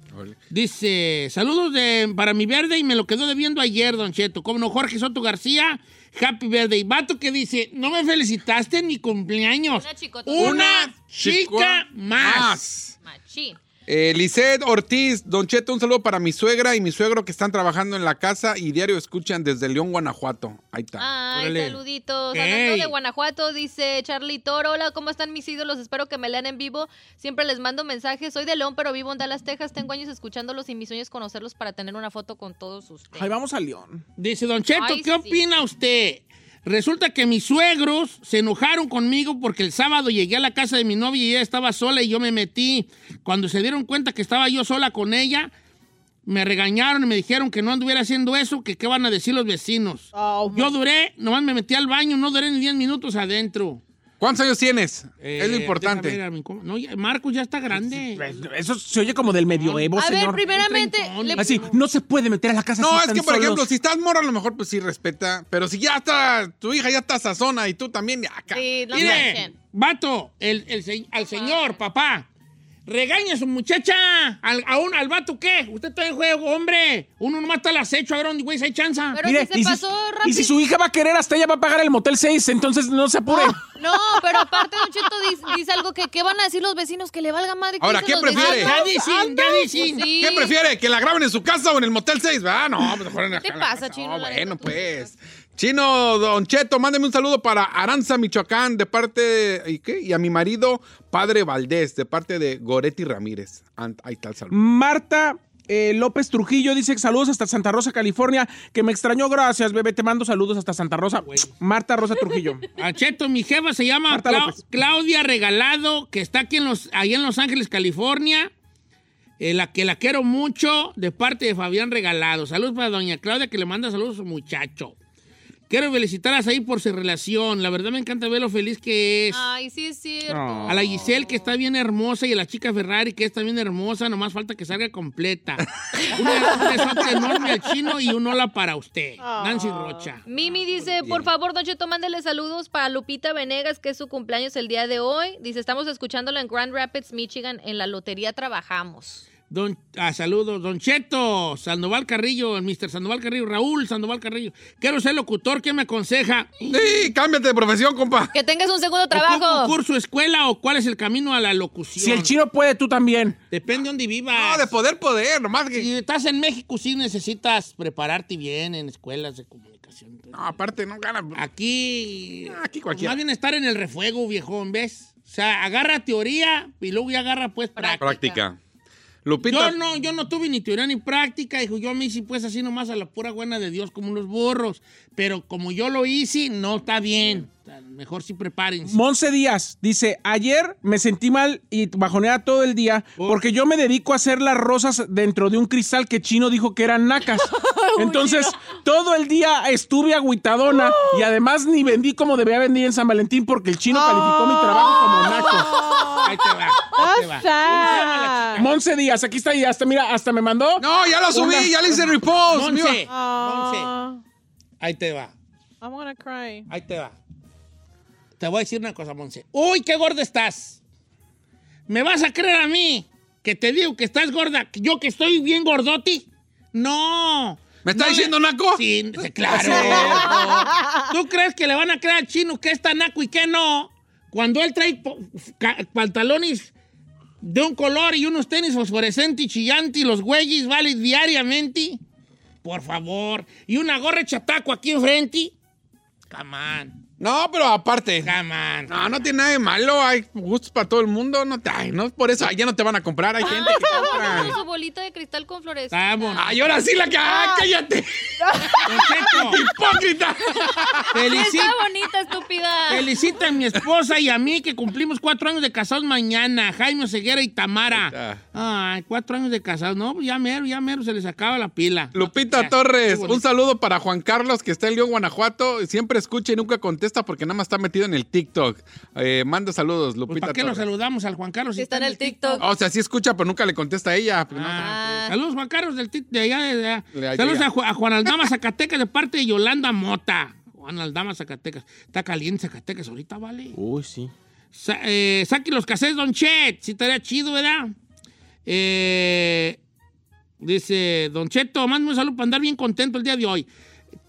[SPEAKER 2] Dice, saludos de, para mi verde y me lo quedó debiendo ayer, Don Cheto. Como no, Jorge Soto García, Happy Verde. Y vato que dice, no me felicitaste en mi cumpleaños.
[SPEAKER 1] [laughs] Una chicota.
[SPEAKER 2] Una chica
[SPEAKER 3] chica
[SPEAKER 2] más.
[SPEAKER 1] Machín.
[SPEAKER 3] Eh, Lisette Ortiz, Don Cheto, un saludo para mi suegra y mi suegro que están trabajando en la casa y diario escuchan desde León, Guanajuato. Ahí está.
[SPEAKER 1] Ay,
[SPEAKER 2] Órale.
[SPEAKER 1] saluditos.
[SPEAKER 2] Ey.
[SPEAKER 1] Hablando de Guanajuato, dice Charlie Toro. Hola, ¿cómo están mis ídolos? Espero que me lean en vivo. Siempre les mando mensajes. Soy de León, pero vivo en Dallas, Texas. Tengo años escuchándolos y mi sueño es conocerlos para tener una foto con todos ustedes.
[SPEAKER 5] Ay, vamos a León.
[SPEAKER 2] Dice, Don Cheto,
[SPEAKER 1] Ay,
[SPEAKER 2] ¿qué
[SPEAKER 1] sí.
[SPEAKER 2] opina usted? Resulta que mis suegros se enojaron conmigo porque el sábado llegué a la casa de mi novia y ella estaba sola y yo me metí. Cuando se dieron cuenta que estaba yo sola con ella, me regañaron y me dijeron que no anduviera haciendo eso, que qué van a decir los vecinos.
[SPEAKER 4] Oh,
[SPEAKER 2] Yo duré, nomás me metí al baño, no duré ni 10 minutos adentro.
[SPEAKER 3] ¿Cuántos años tienes?
[SPEAKER 2] Eh,
[SPEAKER 3] es lo importante. Pues,
[SPEAKER 2] déjame ver, ¿cómo? No, ya- Marcos ya está grande.
[SPEAKER 5] Eso se oye como del medioevo,
[SPEAKER 1] a ver,
[SPEAKER 5] señor.
[SPEAKER 1] primeramente,
[SPEAKER 2] treintón,
[SPEAKER 1] le-
[SPEAKER 5] Así, no se puede meter a la casa.
[SPEAKER 3] No,
[SPEAKER 5] si
[SPEAKER 3] es
[SPEAKER 5] están
[SPEAKER 3] que por ejemplo,
[SPEAKER 5] solos.
[SPEAKER 3] si estás mora, a lo mejor pues sí respeta. Pero si ya está, tu hija ya está sazona y tú también, ya acá.
[SPEAKER 1] Sí, no
[SPEAKER 2] Mire,
[SPEAKER 1] manchen.
[SPEAKER 2] vato, el, el se- al señor, papá, regaña a su muchacha. Al, a un, ¿Al vato qué? Usted está en juego, hombre. Uno nomás está al acecho, a ver dónde, güey, se hay chanza.
[SPEAKER 1] Pero si se
[SPEAKER 5] y,
[SPEAKER 1] pasó
[SPEAKER 5] y si su hija va a querer, hasta ella va a pagar el motel 6, entonces no se apure.
[SPEAKER 1] No, pero aparte, Don Cheto dis- dice, algo que ¿qué van a decir los vecinos? Que le valga madre.
[SPEAKER 3] Ahora,
[SPEAKER 1] dicen
[SPEAKER 3] ¿qué
[SPEAKER 1] los Ah,
[SPEAKER 3] prefiere? pues,
[SPEAKER 1] vecinos?
[SPEAKER 2] ya dicen, ya dicen.
[SPEAKER 1] pues Sí.
[SPEAKER 3] ¿Qué prefiere? ¿Que la graben en su casa o en el Motel 6? Ah, no, pues mejor en la
[SPEAKER 1] ¿Qué te
[SPEAKER 3] en la
[SPEAKER 1] pasa,
[SPEAKER 3] casa.
[SPEAKER 1] Chino?
[SPEAKER 3] No,
[SPEAKER 1] La neta,
[SPEAKER 3] bueno,
[SPEAKER 1] tú
[SPEAKER 3] pues. Chino, Don Cheto, mándeme un saludo para Aranza, Michoacán, de parte. ¿Y qué? Y a mi marido, Padre Valdés, de parte de Goretti Ramírez. Ant- Ahí está el saludo.
[SPEAKER 5] Marta eh, López Trujillo dice que saludos hasta Santa Rosa, California, que me extrañó. Gracias, bebé. Te mando saludos hasta Santa Rosa. Marta Rosa
[SPEAKER 1] [laughs]
[SPEAKER 5] Trujillo.
[SPEAKER 2] A Ah, Cheto, mi jefa se llama
[SPEAKER 5] Marta
[SPEAKER 2] Clau-
[SPEAKER 5] López.
[SPEAKER 2] Claudia Regalado, que está aquí en los, ahí en Los Ángeles, California. Eh, la que la quiero mucho, de parte de Fabián Regalado. Saludos para doña Claudia, que le manda saludos a su muchacho. Quiero felicitar a Saí por su relación. La verdad me encanta ver lo feliz que es.
[SPEAKER 1] Ay, sí es cierto.
[SPEAKER 2] A la Giselle, que está bien hermosa, y a la chica Ferrari, que está bien hermosa, nomás falta que salga completa. Una- un besote enorme al chino y un hola para usted. Nancy Rocha.
[SPEAKER 1] Mimi dice, por favor, Don Cheto, mándele saludos para Lupita Venegas, que es su cumpleaños el día de hoy. Dice, estamos escuchándolo en Grand Rapids, Michigan. En la lotería trabajamos.
[SPEAKER 2] Don, ah, saludos, Don Cheto, Sandoval Carrillo, el Mr. Sandoval Carrillo, Raúl Sandoval Carrillo. Quiero ser locutor, ¿qué me aconseja?
[SPEAKER 3] Sí, cámbiate de profesión, compa.
[SPEAKER 1] Que tengas un segundo
[SPEAKER 2] ¿Ocupo un
[SPEAKER 1] trabajo.
[SPEAKER 2] curso, escuela o cuál es el camino a la locución?
[SPEAKER 5] Si el chino puede, tú también.
[SPEAKER 2] Depende de donde vivas.
[SPEAKER 3] No, de poder, poder, nomás que.
[SPEAKER 2] Si estás en México, sí necesitas prepararte bien en escuelas de comunicación.
[SPEAKER 3] No, aparte, no gana.
[SPEAKER 2] Aquí.
[SPEAKER 3] Ah, aquí cualquiera.
[SPEAKER 2] Más bien estar en el refuego, viejón, ¿ves? O sea, agarra teoría y luego ya agarra, pues, práctica.
[SPEAKER 3] Práctica. Lupita.
[SPEAKER 2] Yo no, yo no tuve ni teoría ni práctica, dijo, yo me hice pues así nomás a la pura buena de Dios, como unos burros. Pero como yo lo hice, no está bien. O sea, Mejor sí prepárense.
[SPEAKER 5] Monse Díaz dice, ayer me sentí mal y bajoneada todo el día
[SPEAKER 3] Oh.
[SPEAKER 5] porque yo me dedico a hacer las rosas dentro de un cristal que Chino dijo que eran
[SPEAKER 3] [laughs]
[SPEAKER 5] nacas. Entonces, todo el día estuve agüitadona
[SPEAKER 3] Oh.
[SPEAKER 5] y además ni vendí como debía vender en San Valentín porque el Chino calificó
[SPEAKER 3] Oh.
[SPEAKER 5] mi trabajo como
[SPEAKER 3] [laughs]
[SPEAKER 5] naco.
[SPEAKER 2] Ahí te va, ahí te va.
[SPEAKER 4] That's sad.
[SPEAKER 5] Monse Díaz, aquí está y hasta, mira, hasta me mandó.
[SPEAKER 3] No, ya lo subí,
[SPEAKER 5] Una-
[SPEAKER 3] ya le hice repost.
[SPEAKER 2] Monse,
[SPEAKER 3] mira.
[SPEAKER 2] Monse,
[SPEAKER 4] Ah,
[SPEAKER 2] ahí te va.
[SPEAKER 4] I'm gonna cry.
[SPEAKER 2] Ahí te va. Te voy a decir una cosa, Monse. ¡Uy, qué gorda estás! ¿Me vas a creer a mí que te digo que estás gorda? que ¿Yo que estoy bien gordoti? ¡No!
[SPEAKER 3] ¿Me está
[SPEAKER 2] No le-
[SPEAKER 3] diciendo naco?
[SPEAKER 2] Sí,
[SPEAKER 3] [laughs]
[SPEAKER 2] sí, claro. ¿Tú crees que le van a creer al chino que está naco y que no? Cuando él trae po- ca- pantalones de un color y unos tenis fosforescentes y chillantes, los güeyes vale diariamente, por favor, y una gorra de chataco aquí enfrente, come on.
[SPEAKER 3] No, pero aparte.
[SPEAKER 2] Come on.
[SPEAKER 3] No, no tiene nada de malo. Hay gustos para todo el mundo. No te, ay, no, por eso ay, ya no te van a comprar. Hay gente
[SPEAKER 2] [laughs]
[SPEAKER 3] que
[SPEAKER 1] [laughs] Con
[SPEAKER 3] compra.
[SPEAKER 1] Ah, su bolita de cristal con flores.
[SPEAKER 2] Vamos.
[SPEAKER 3] Ay, ahora sí la que. ah,
[SPEAKER 1] [laughs]
[SPEAKER 3] cállate!
[SPEAKER 2] Don Cheto,
[SPEAKER 3] [laughs] ¡Hipócrita!
[SPEAKER 2] felici-
[SPEAKER 1] Está bonita, estúpida.
[SPEAKER 2] felicita a mi esposa y a mí que cumplimos cuatro años de casados mañana, Jaime Ceguera y Tamara. Ay, cuatro años de casados. No, pues ya mero, ya mero, se les acaba la pila.
[SPEAKER 3] Lupita
[SPEAKER 2] Ya,
[SPEAKER 3] Torres,
[SPEAKER 2] qué bonito.
[SPEAKER 3] un saludo para Juan Carlos que está en León, Guanajuato. Siempre escucha y nunca contesta porque nada más está metido en el TikTok. Eh, manda saludos,
[SPEAKER 2] Pues,
[SPEAKER 3] Lupita
[SPEAKER 2] ¿Para qué lo
[SPEAKER 3] Torres.
[SPEAKER 2] saludamos al Juan Carlos? si
[SPEAKER 1] Sí, está en el TikTok.
[SPEAKER 2] Oh,
[SPEAKER 3] o sea, sí escucha, pero nunca le contesta a ella. Pues, no,
[SPEAKER 2] Ah,
[SPEAKER 1] Ah.
[SPEAKER 2] Saludos, Juan Carlos del TIC de allá. de- de-
[SPEAKER 3] Le
[SPEAKER 2] Saludos
[SPEAKER 3] llega.
[SPEAKER 2] a, Ju- a Juan Aldama Zacatecas de parte de Yolanda Mota. Juan Aldama Zacatecas. Está caliente Zacatecas ahorita, vale.
[SPEAKER 5] Uy, sí.
[SPEAKER 2] Sa- eh, saque los cassettes, Don Chet. Sí, estaría chido, ¿verdad? Eh, dice Don Cheto, mándame un saludo para andar bien contento el día de hoy.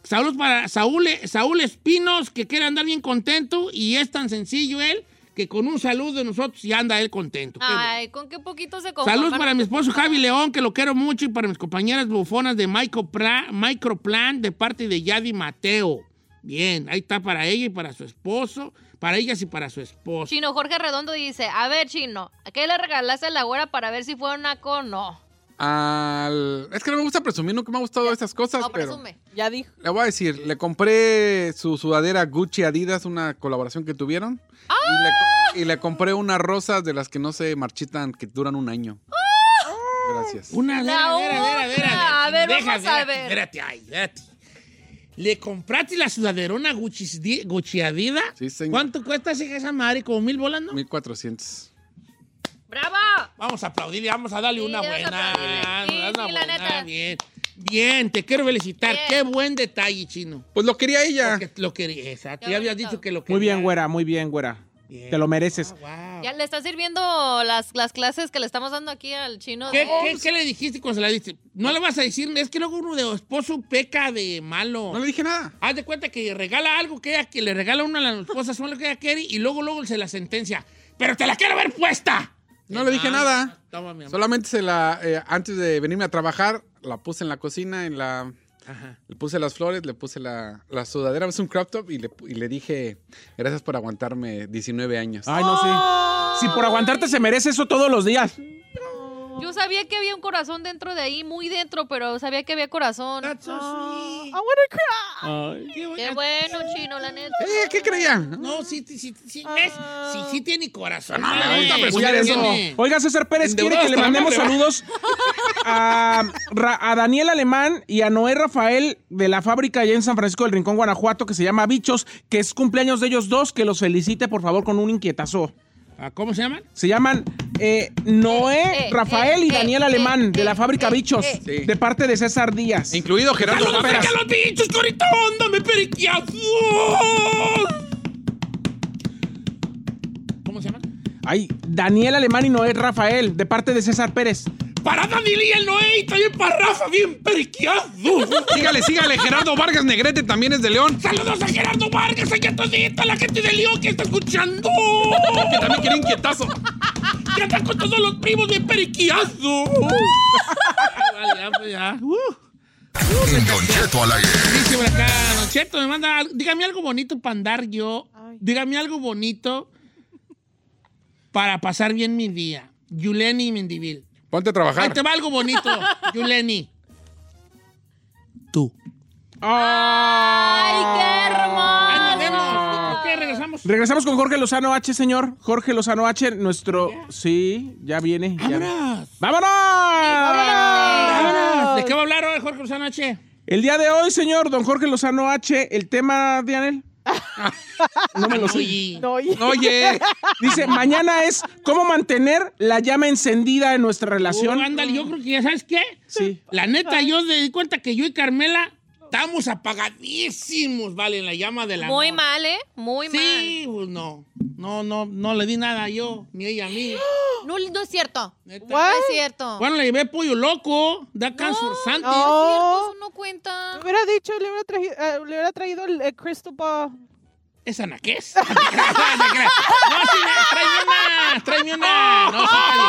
[SPEAKER 2] Saludos para Saúl, Saúl Espinos, que quiere andar bien contento y es tan sencillo él que con un saludo de nosotros ya anda él contento. Qué bueno.
[SPEAKER 1] Ay, con qué poquito se conforman.
[SPEAKER 2] Saludos para mi esposo Javi León, que lo quiero mucho, y para mis compañeras bufonas de Micropla- Microplan de parte de Yadi Mateo. Bien, ahí está para ella y para su esposo, para ellas y para su esposo.
[SPEAKER 1] Chino Jorge Redondo dice, a ver, Chino, ¿a qué le regalaste a la güera para ver si fue una co o no?
[SPEAKER 3] al- Es que no me gusta presumir, nunca me ha gustado estas cosas.
[SPEAKER 1] No,
[SPEAKER 3] pero
[SPEAKER 1] presume.
[SPEAKER 4] Ya dijo.
[SPEAKER 3] Le voy a decir, le compré su sudadera Gucci Adidas, una colaboración que tuvieron. Y le
[SPEAKER 1] ¡Ah!
[SPEAKER 3] co- Y, le, compré unas rosas de las que no se marchitan, que duran un año.
[SPEAKER 1] ¡Ah!
[SPEAKER 3] Gracias.
[SPEAKER 2] Una,
[SPEAKER 1] La otra. A ver,
[SPEAKER 2] deja,
[SPEAKER 1] vamos a
[SPEAKER 2] espérate,
[SPEAKER 1] ver.
[SPEAKER 2] Espérate, ay, espérate. ¿Le compraste la sudaderona Gucci, di- Gucci Adidas?
[SPEAKER 3] Sí, señor.
[SPEAKER 2] ¿Cuánto cuesta esa esa madre? ¿Como mil bolas, no?
[SPEAKER 3] 1400.
[SPEAKER 1] ¡Bravo!
[SPEAKER 2] Vamos a aplaudirle, vamos a darle
[SPEAKER 1] Sí,
[SPEAKER 2] una
[SPEAKER 1] vamos a
[SPEAKER 2] buena.
[SPEAKER 1] aplaudirle. Sí,
[SPEAKER 2] una
[SPEAKER 1] sí, la
[SPEAKER 2] buena,
[SPEAKER 1] neta.
[SPEAKER 2] Bien, bien, te quiero felicitar.
[SPEAKER 1] Bien.
[SPEAKER 2] Qué buen detalle, chino.
[SPEAKER 3] Pues lo quería ella.
[SPEAKER 2] Porque lo quería, exacto.
[SPEAKER 1] Qué
[SPEAKER 2] Ya habías
[SPEAKER 1] bonito.
[SPEAKER 2] dicho que lo quería.
[SPEAKER 5] Muy bien, güera, muy bien, güera.
[SPEAKER 2] Bien.
[SPEAKER 5] Te lo mereces.
[SPEAKER 2] Ah, wow.
[SPEAKER 1] Ya le está sirviendo las, las clases que le estamos dando aquí al chino.
[SPEAKER 2] ¿Qué,
[SPEAKER 1] de-
[SPEAKER 2] qué- qué le dijiste cuando se la diste? No le vas a decir, es que luego uno de esposo peca de malo.
[SPEAKER 3] No le dije nada.
[SPEAKER 2] Haz de cuenta que regala algo que ella, que le regala una a las esposas, son lo que ella quiere, y luego, luego se la sentencia. ¡Pero te la quiero ver puesta!
[SPEAKER 3] No le dije
[SPEAKER 2] Ah,
[SPEAKER 3] nada.
[SPEAKER 2] Toma, mi amor.
[SPEAKER 3] Solamente se la, eh, antes de venirme a trabajar, la puse en la cocina, en la,
[SPEAKER 2] Ajá.
[SPEAKER 3] le puse las flores, le puse la, la sudadera, es un crop top y le, y le dije, gracias por aguantarme 19 años.
[SPEAKER 5] Ay, no, sí. Si por aguantarte se merece eso todos los días.
[SPEAKER 1] Yo sabía que había un corazón dentro de ahí, muy dentro, pero sabía que había corazón. Ah.
[SPEAKER 2] That's so
[SPEAKER 4] I
[SPEAKER 2] sweet.
[SPEAKER 4] wanna cry.
[SPEAKER 2] Qué
[SPEAKER 1] Qué
[SPEAKER 2] buena-
[SPEAKER 1] bueno, chino, la neta.
[SPEAKER 3] Eh, ¿Qué creía?
[SPEAKER 2] No, sí, sí, sí, sí, ¿ves? Sí, sí tiene corazón.
[SPEAKER 3] No me gusta
[SPEAKER 2] Eh,
[SPEAKER 3] presumir
[SPEAKER 2] sí
[SPEAKER 3] eso.
[SPEAKER 2] tiene.
[SPEAKER 5] Oiga, César Pérez quiere
[SPEAKER 3] Endeudado
[SPEAKER 5] que le
[SPEAKER 3] hasta la
[SPEAKER 5] mandemos
[SPEAKER 3] madre,
[SPEAKER 5] saludos a, Ra- a Daniel Alemán y a Noé Rafael de la fábrica allá en San Francisco del Rincón, Guanajuato, que se llama Bichos, que es cumpleaños de ellos dos, que los felicite por favor con un inquietazo.
[SPEAKER 2] Ah, ¿Cómo se llaman?
[SPEAKER 5] Se llaman eh, Noé,
[SPEAKER 1] Eh, eh,
[SPEAKER 5] Rafael y
[SPEAKER 1] eh,
[SPEAKER 5] Daniel
[SPEAKER 1] eh,
[SPEAKER 5] Alemán de
[SPEAKER 1] eh,
[SPEAKER 5] la fábrica
[SPEAKER 1] eh,
[SPEAKER 5] Bichos,
[SPEAKER 1] eh.
[SPEAKER 3] Sí.
[SPEAKER 5] de parte de César Díaz.
[SPEAKER 3] Incluido Gerardo
[SPEAKER 2] ¡Saludos
[SPEAKER 3] Pérez.
[SPEAKER 2] a los bichos que ahorita onda, me periquiazos! ¿Cómo se llaman?
[SPEAKER 5] Ay, Daniel Alemán y Noé Rafael, de parte de César Pérez.
[SPEAKER 2] Para Daniel y el Noé y también para Rafa, bien periquiazos.
[SPEAKER 3] Sígale, sígale, Gerardo Vargas Negrete también es de León.
[SPEAKER 2] Saludos a Gerardo Vargas, a todita la gente de León que está escuchando.
[SPEAKER 3] [laughs] Que también quiere inquietazo.
[SPEAKER 2] que está con todos los primos de
[SPEAKER 3] [laughs]
[SPEAKER 2] periquiazo. ya, pues ya. Uh.
[SPEAKER 8] En Don Cheto al aire.
[SPEAKER 2] Dice por acá, Don Cheto, me manda algo. Dígame algo bonito para andar yo.
[SPEAKER 4] Ay.
[SPEAKER 2] Dígame algo bonito para pasar bien mi día. Yuleni Mendivil.
[SPEAKER 3] Ponte a
[SPEAKER 2] Ahí
[SPEAKER 3] trabajar.
[SPEAKER 2] te va algo bonito, Yuleni. Tú.
[SPEAKER 1] ¡Ay, qué
[SPEAKER 2] Ahí nos
[SPEAKER 1] hermoso!
[SPEAKER 2] vemos. Ok, regresamos.
[SPEAKER 5] Regresamos con Jorge Lozano H, señor. Jorge Lozano H, nuestro... Sí, ya viene. ya-
[SPEAKER 2] ¡Vámonos!
[SPEAKER 5] ¡Vámonos!
[SPEAKER 2] ¡Vámonos! ¿De qué va a hablar hoy, Jorge Lozano H?
[SPEAKER 5] El día de hoy, señor, don Jorge Lozano H, el tema,
[SPEAKER 2] [laughs]
[SPEAKER 5] Dianel,
[SPEAKER 2] No me lo sé.
[SPEAKER 4] No, y-
[SPEAKER 3] Oye,
[SPEAKER 5] dice, mañana es cómo mantener la llama encendida en nuestra relación.
[SPEAKER 2] Uh, ándale, yo creo que ya sabes qué.
[SPEAKER 5] Sí.
[SPEAKER 2] La neta, yo me di cuenta que yo y Carmela estamos apagadísimos, vale, en la llama de la.
[SPEAKER 1] Muy mal, ¿eh? Muy
[SPEAKER 2] Sí, pues no. No, no, no le di nada yo, ni ella a
[SPEAKER 1] [gasps]
[SPEAKER 2] mí.
[SPEAKER 1] mal. No, no es cierto.
[SPEAKER 2] Neta.
[SPEAKER 1] No es cierto.
[SPEAKER 2] Bueno, le llevé pollo loco, da cancer Santi.
[SPEAKER 4] No.
[SPEAKER 1] No es cierto, eso no cuenta.
[SPEAKER 4] eh, Me hubiera dicho, le hubiera traído, le hubiera traído el, el crystal ball.
[SPEAKER 2] ¿Es [laughs] anaqués? no, sí, tráeme una, tráeme una. No, sí, vale.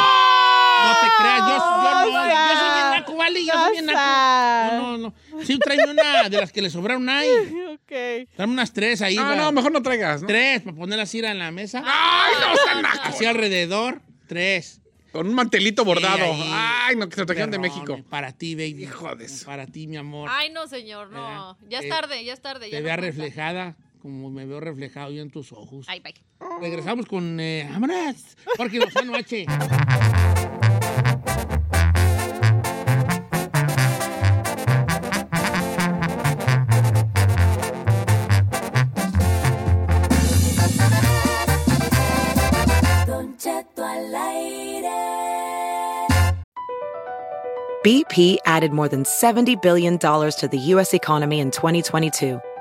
[SPEAKER 2] No te creas, yo, yo no, yo soy bien naco, vale, yo soy bien naco. No, no, no. Sí, tráeme una de las que le sobraron ahí.
[SPEAKER 4] Ok.
[SPEAKER 2] Tráeme unas tres pues ahí.
[SPEAKER 3] Ah, No,
[SPEAKER 2] va.
[SPEAKER 3] no, mejor no traigas. ¿no?
[SPEAKER 2] Tres, para ponerlas ir en la mesa. ¡Ay,
[SPEAKER 3] no, están nacos!
[SPEAKER 2] Así alrededor, tres.
[SPEAKER 3] Con un mantelito bordado.
[SPEAKER 2] ahí.
[SPEAKER 3] Ay, no, que se lo trajeron de
[SPEAKER 2] Perrón,
[SPEAKER 3] México.
[SPEAKER 2] Para ti, baby.
[SPEAKER 3] Hijo de eso.
[SPEAKER 2] Para ti, mi amor.
[SPEAKER 1] Ay, no, señor, no.
[SPEAKER 2] ¿Verdad?
[SPEAKER 1] Ya es
[SPEAKER 2] Eh,
[SPEAKER 1] tarde, ya es tarde. ya
[SPEAKER 2] Te
[SPEAKER 1] no
[SPEAKER 2] vea
[SPEAKER 1] cuenta.
[SPEAKER 2] reflejada como me veo reflejado yo en tus ojos.
[SPEAKER 1] Ay, bye.
[SPEAKER 2] Regresamos con eh, Amaras, Jorge Lozano H.
[SPEAKER 7] Don Cheto al aire.
[SPEAKER 9] BP added more than $70 billion to the U.S. economy in 2022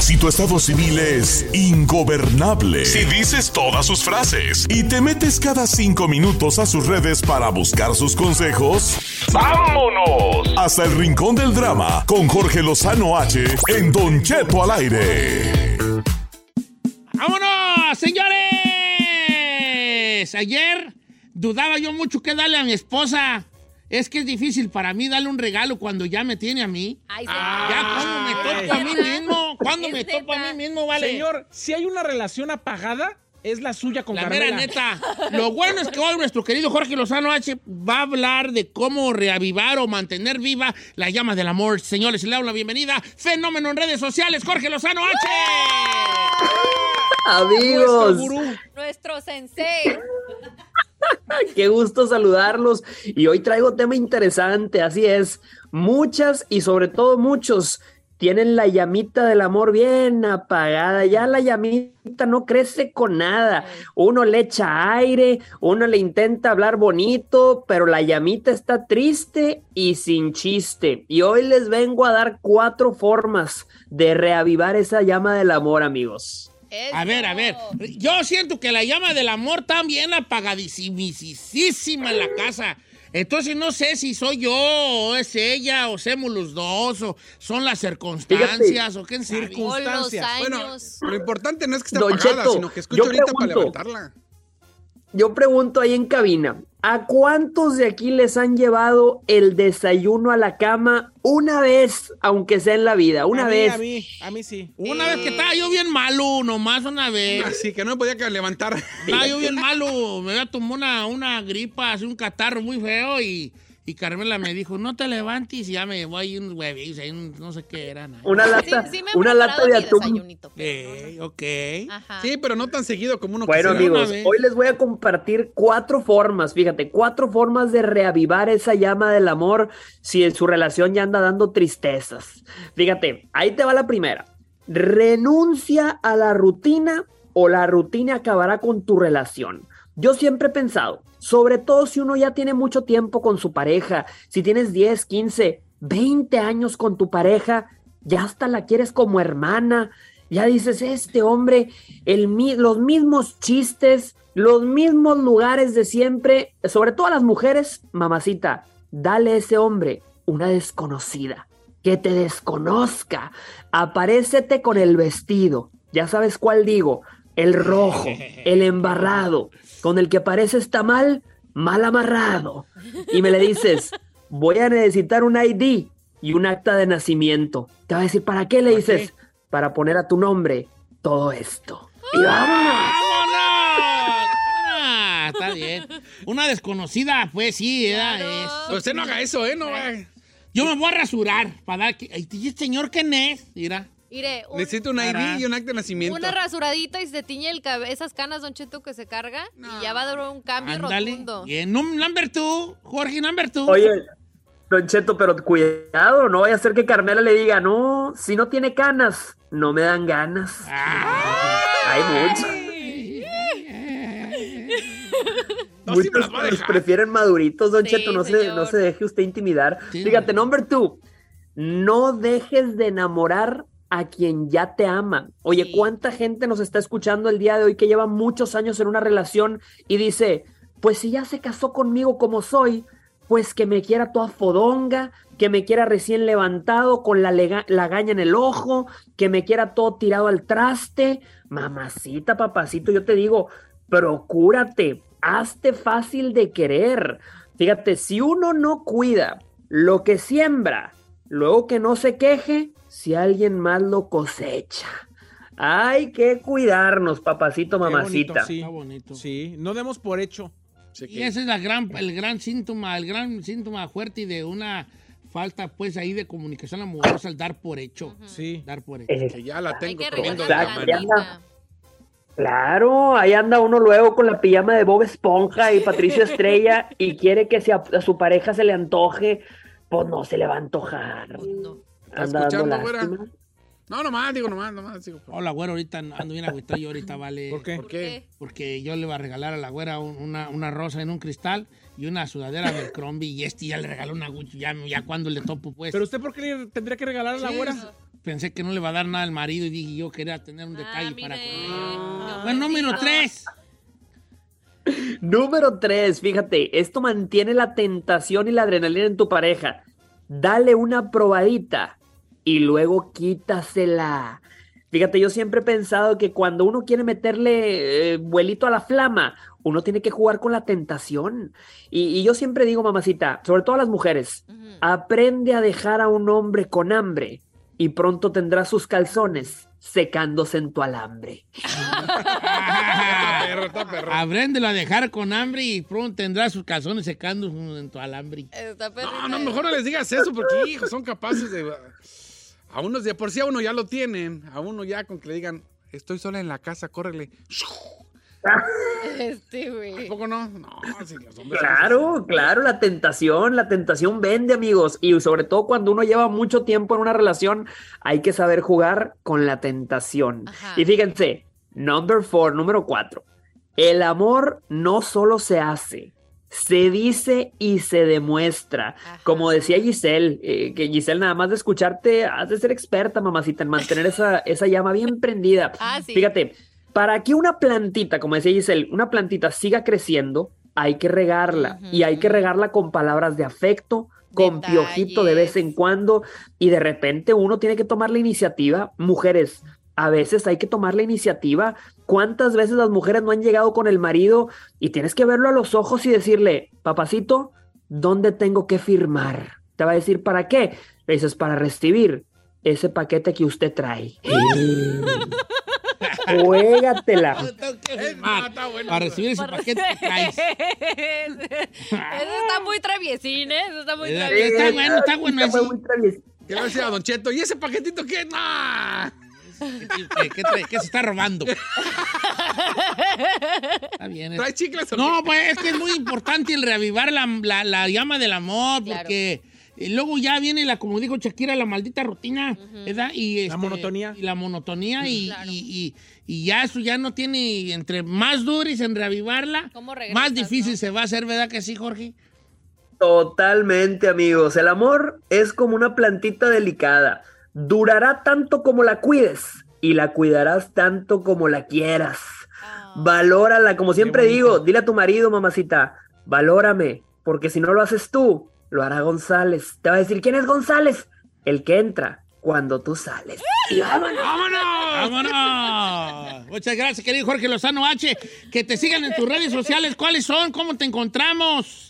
[SPEAKER 8] Si tu estado civil es ingobernable, si dices todas sus frases y te metes cada cinco minutos a sus redes para buscar sus consejos, ¡vámonos! Hasta el rincón del drama con Jorge Lozano H en Don Cheto al aire.
[SPEAKER 2] ¡Vámonos, señores! Ayer dudaba yo mucho qué darle a mi esposa. Es que es difícil para mí darle un regalo cuando ya me tiene a mí.
[SPEAKER 1] Ay,
[SPEAKER 2] Ah, ya cuando me topo a mí mismo, cuando
[SPEAKER 1] Es
[SPEAKER 2] me topo a
[SPEAKER 1] neta.
[SPEAKER 2] mí mismo, vale.
[SPEAKER 5] Señor, si hay una relación apagada, es la suya con
[SPEAKER 2] La
[SPEAKER 5] Carmela.
[SPEAKER 2] mera neta. Lo bueno es que hoy nuestro querido Jorge Lozano H va a hablar de cómo reavivar o mantener viva la llama del amor. Señores, le damos la bienvenida. Fenómeno en redes sociales, Jorge Lozano H. Nuestro
[SPEAKER 10] Amigos,
[SPEAKER 2] gurú.
[SPEAKER 1] Nuestro sensei.
[SPEAKER 10] qué gusto saludarlos. Y hoy traigo tema interesante, así es. Muchas y sobre todo muchos tienen la llamita del amor bien apagada. Ya la llamita no crece con nada. Uno le echa aire, uno le intenta hablar bonito, pero la llamita está triste y sin chiste. Y hoy les vengo a dar cuatro formas de reavivar esa llama del amor, amigos.
[SPEAKER 2] A ver, a ver. Yo siento que la llama del amor está bien apagadísima en la casa. Entonces no sé si soy yo, o es ella, o somos los dos, o son las circunstancias, o qué sabe.
[SPEAKER 3] Circunstancias.
[SPEAKER 1] O los
[SPEAKER 3] Bueno,
[SPEAKER 1] años.
[SPEAKER 3] lo importante no es que esté
[SPEAKER 10] Don
[SPEAKER 3] apagada,
[SPEAKER 10] Cheto,
[SPEAKER 3] sino que escuche
[SPEAKER 10] yo
[SPEAKER 3] ahorita para
[SPEAKER 10] pregunto.
[SPEAKER 3] levantarla.
[SPEAKER 10] Yo pregunto ahí en cabina, ¿a cuántos de aquí les han llevado el desayuno a la cama una vez, aunque sea en la vida? Una
[SPEAKER 5] a
[SPEAKER 10] vez. Mm.
[SPEAKER 5] Mí, a mí, a mí sí.
[SPEAKER 2] Una vez que estaba yo bien malo, nomás una vez.
[SPEAKER 3] Así que no me podía que levantar.
[SPEAKER 2] Estaba yo bien malo, me había tomado una, una gripa, así un catarro muy feo y, y Carmela me dijo, no te levantes y ya me voy ahí unos huevillos, ahí un- no sé qué eran. ahí.
[SPEAKER 10] Una lata,
[SPEAKER 1] Sí, sí me he
[SPEAKER 10] una lata
[SPEAKER 1] preparado
[SPEAKER 10] de
[SPEAKER 1] mi
[SPEAKER 10] atún.
[SPEAKER 1] desayunito.
[SPEAKER 2] Ey, ok.
[SPEAKER 1] Ajá.
[SPEAKER 3] Sí, pero no tan seguido como uno
[SPEAKER 10] Bueno,
[SPEAKER 3] quisiera.
[SPEAKER 10] amigos,
[SPEAKER 2] vez.
[SPEAKER 10] hoy les voy a compartir cuatro formas, fíjate, cuatro formas de reavivar esa llama del amor si en su relación ya anda dando tristezas. Fíjate, ahí te va la primera. Renuncia a la rutina o la rutina acabará con tu relación. Yo siempre he pensado, sobre todo si uno ya tiene mucho tiempo con su pareja, si tienes 10, 15, 20 años con tu pareja, ya hasta la quieres como hermana, ya dices, este hombre, el, mi- los mismos chistes, los mismos lugares de siempre, sobre todo a las mujeres, mamacita, dale a ese hombre una desconocida, que te desconozca, aparécete con el vestido, ya sabes cuál digo, el [laughs] rojo, el embarrado, con el que pareces tamal, mal amarrado. Y me le dices, voy a necesitar un ID y un acta de nacimiento. Te va a decir, ¿para qué le dices? Para poner a tu nombre todo esto. Y vámonos.
[SPEAKER 2] Ah, está bien. Una desconocida, pues sí, era
[SPEAKER 11] Pero usted no haga eso, ¿eh? No haga-
[SPEAKER 2] Yo me voy a rasurar para dar. que- Ay, ¿Y este señor quién es? Mira.
[SPEAKER 1] Mire, un-
[SPEAKER 11] Necesito un ID y un acta de nacimiento.
[SPEAKER 1] una rasuradita y se tiñe el cabe- esas canas, Don Cheto, que se carga y ya va a dar un cambio
[SPEAKER 2] Ándale.
[SPEAKER 11] [laughs]
[SPEAKER 1] rotundo.
[SPEAKER 2] Bien, num- number two, Jorge, number two.
[SPEAKER 10] Oye, Don Cheto, pero cuidado, no vaya a ser que Carmela le diga, no, si no tiene canas, no me dan ganas. Hay muchos. Muchos prefieren maduritos, Don Cheto, no se, no se deje usted intimidar. Fíjate, number two, no dejes de enamorar a quien ya te ama. Oye, ¿cuánta gente nos está escuchando el día de hoy que lleva muchos años en una relación y dice, pues si ya se casó conmigo como soy, pues que me quiera toda fodonga, que me quiera recién levantado con la lega- lagaña en el ojo, que me quiera todo tirado al traste. Mamacita, papacito, yo te digo, procúrate, hazte fácil de querer. Fíjate, si uno no cuida lo que siembra, luego que no se queje, si alguien más lo cosecha. Hay que cuidarnos, papacito,
[SPEAKER 11] Qué bonito,
[SPEAKER 10] mamacita.
[SPEAKER 11] sí. Sí, no demos por hecho.
[SPEAKER 2] Y ese es la gran, el gran síntoma, el gran síntoma fuerte de una falta, pues, ahí de comunicación amorosa, el dar por hecho.
[SPEAKER 11] Sí.
[SPEAKER 2] Dar por
[SPEAKER 10] Eh,
[SPEAKER 2] hecho.
[SPEAKER 10] Que
[SPEAKER 11] ya la
[SPEAKER 10] tengo
[SPEAKER 2] comiendo
[SPEAKER 10] Exacto, ahí anda- Claro, ahí anda uno luego con la pijama de Bob Esponja y Patricio Estrella
[SPEAKER 11] [laughs]
[SPEAKER 10] y quiere que si a, a su pareja se le antoje, pues no se le va a antojar. Anda dando
[SPEAKER 11] Pues escuchando,
[SPEAKER 10] lástima.
[SPEAKER 11] güera? No, nomás, digo, nomás, nomás. Digo,
[SPEAKER 2] Hola, güero, ahorita ando bien agüitado yo ahorita, vale. ¿Por
[SPEAKER 11] qué?
[SPEAKER 2] Porque yo le iba a regalar a la güera un- una, una rosa en un cristal y una sudadera del Crombie y este ya le regaló una Gucci, ya, ya cuando le topo, pues.
[SPEAKER 11] ¿Pero usted por qué le tendría que regalar a la
[SPEAKER 2] Sí, pues,
[SPEAKER 11] güera?
[SPEAKER 2] Pensé que no le va a dar nada al marido y dije yo quería tener un detalle para con ella. Bueno, número
[SPEAKER 10] pobrecito.
[SPEAKER 2] tres.
[SPEAKER 10] Número 3, fíjate, esto mantiene la tentación y la adrenalina en tu pareja. Dale una probadita y luego quítasela. Fíjate, yo siempre he pensado que cuando uno quiere meterle eh, vuelito a la flama, uno tiene que jugar con la tentación. Y, y yo siempre digo, mamacita, sobre todo a las mujeres, aprende a dejar a un hombre con hambre y pronto tendrá sus calzones secándose en tu alambre.
[SPEAKER 2] Apréndelo a dejar con hambre y pronto tendrá sus calzones secando en tu alambre.
[SPEAKER 11] Ah, No, no, mejor no les digas eso
[SPEAKER 10] [laughs]
[SPEAKER 11] porque hijos son capaces de... A unos de por sí a uno ya lo tienen, a uno ya con que le digan, estoy sola en la casa,
[SPEAKER 10] [laughs]
[SPEAKER 11] córrele. [laughs]
[SPEAKER 1] Este, güey.
[SPEAKER 11] ¿Tampoco no? No, sí, los hombres...
[SPEAKER 10] Claro, claro, la tentación, la tentación vende, amigos. Y sobre todo cuando uno lleva mucho tiempo en una relación, hay que saber jugar con la tentación. Y fíjense, number four, número cuatro. El amor no solo se hace, se dice y se demuestra. Como decía Giselle, eh, que Giselle, nada más de escucharte, has de ser experta, mamacita, en mantener esa, esa llama bien prendida.
[SPEAKER 7] Ah, sí.
[SPEAKER 10] Fíjate, para que una plantita, como decía Giselle, una plantita siga creciendo, hay que regarla. Y hay que regarla con palabras de afecto, con piojito de vez en cuando. Y de repente uno tiene que tomar la iniciativa. Mujeres, a veces hay que tomar la iniciativa. ¿Cuántas veces las mujeres no han llegado con el marido y tienes que verlo a los ojos y decirle, papacito, ¿dónde tengo que firmar? Te va a decir, ¿para qué? Le dices, para recibir ese paquete que usted trae. Juégatela.
[SPEAKER 2] Ah, Para recibir ese paquete que traes.
[SPEAKER 1] [laughs] Eso está muy traviesín, ¿eh? Eso está muy
[SPEAKER 2] Está
[SPEAKER 1] traviesín.
[SPEAKER 2] bueno, está bueno ese.
[SPEAKER 11] ¿Qué le decía a Don Cheto? ¿Y ese paquetito qué? ¡No!
[SPEAKER 2] ¿Qué, qué trae? ¿Qué se está robando? Está
[SPEAKER 11] [laughs]
[SPEAKER 2] bien.
[SPEAKER 11] ¿Trae chicles o
[SPEAKER 2] No,
[SPEAKER 11] qué?
[SPEAKER 2] pues es que es muy importante el reavivar la, la- la llama del amor,
[SPEAKER 11] Claro.
[SPEAKER 2] porque eh, luego ya viene la, como dijo Shakira, la maldita rutina, ¿verdad? Y, este,
[SPEAKER 11] La monotonía.
[SPEAKER 2] Y la monotonía y,
[SPEAKER 11] Claro.
[SPEAKER 2] y- y- y ya eso ya no tiene, entre más dures en reavivarla,
[SPEAKER 1] ¿Cómo regresas,
[SPEAKER 2] más difícil se va a hacer, ¿verdad que sí, Jorge?
[SPEAKER 10] Totalmente, amigos. El amor es como una plantita delicada. Durará tanto como la cuides y la cuidarás tanto como la quieras. Valórala, como siempre digo, dile a tu marido, mamacita, valórame, porque si no lo haces tú, lo hará González. Te va a decir, ¿quién es González? El que entra cuando tú sales.
[SPEAKER 2] ¡Eh!
[SPEAKER 10] Y vámonos.
[SPEAKER 2] ¡Vámonos! ¡Vámonos! Muchas gracias, querido Jorge Lozano H. Que te sigan en tus redes sociales. ¿Cuáles son? ¿Cómo te encontramos?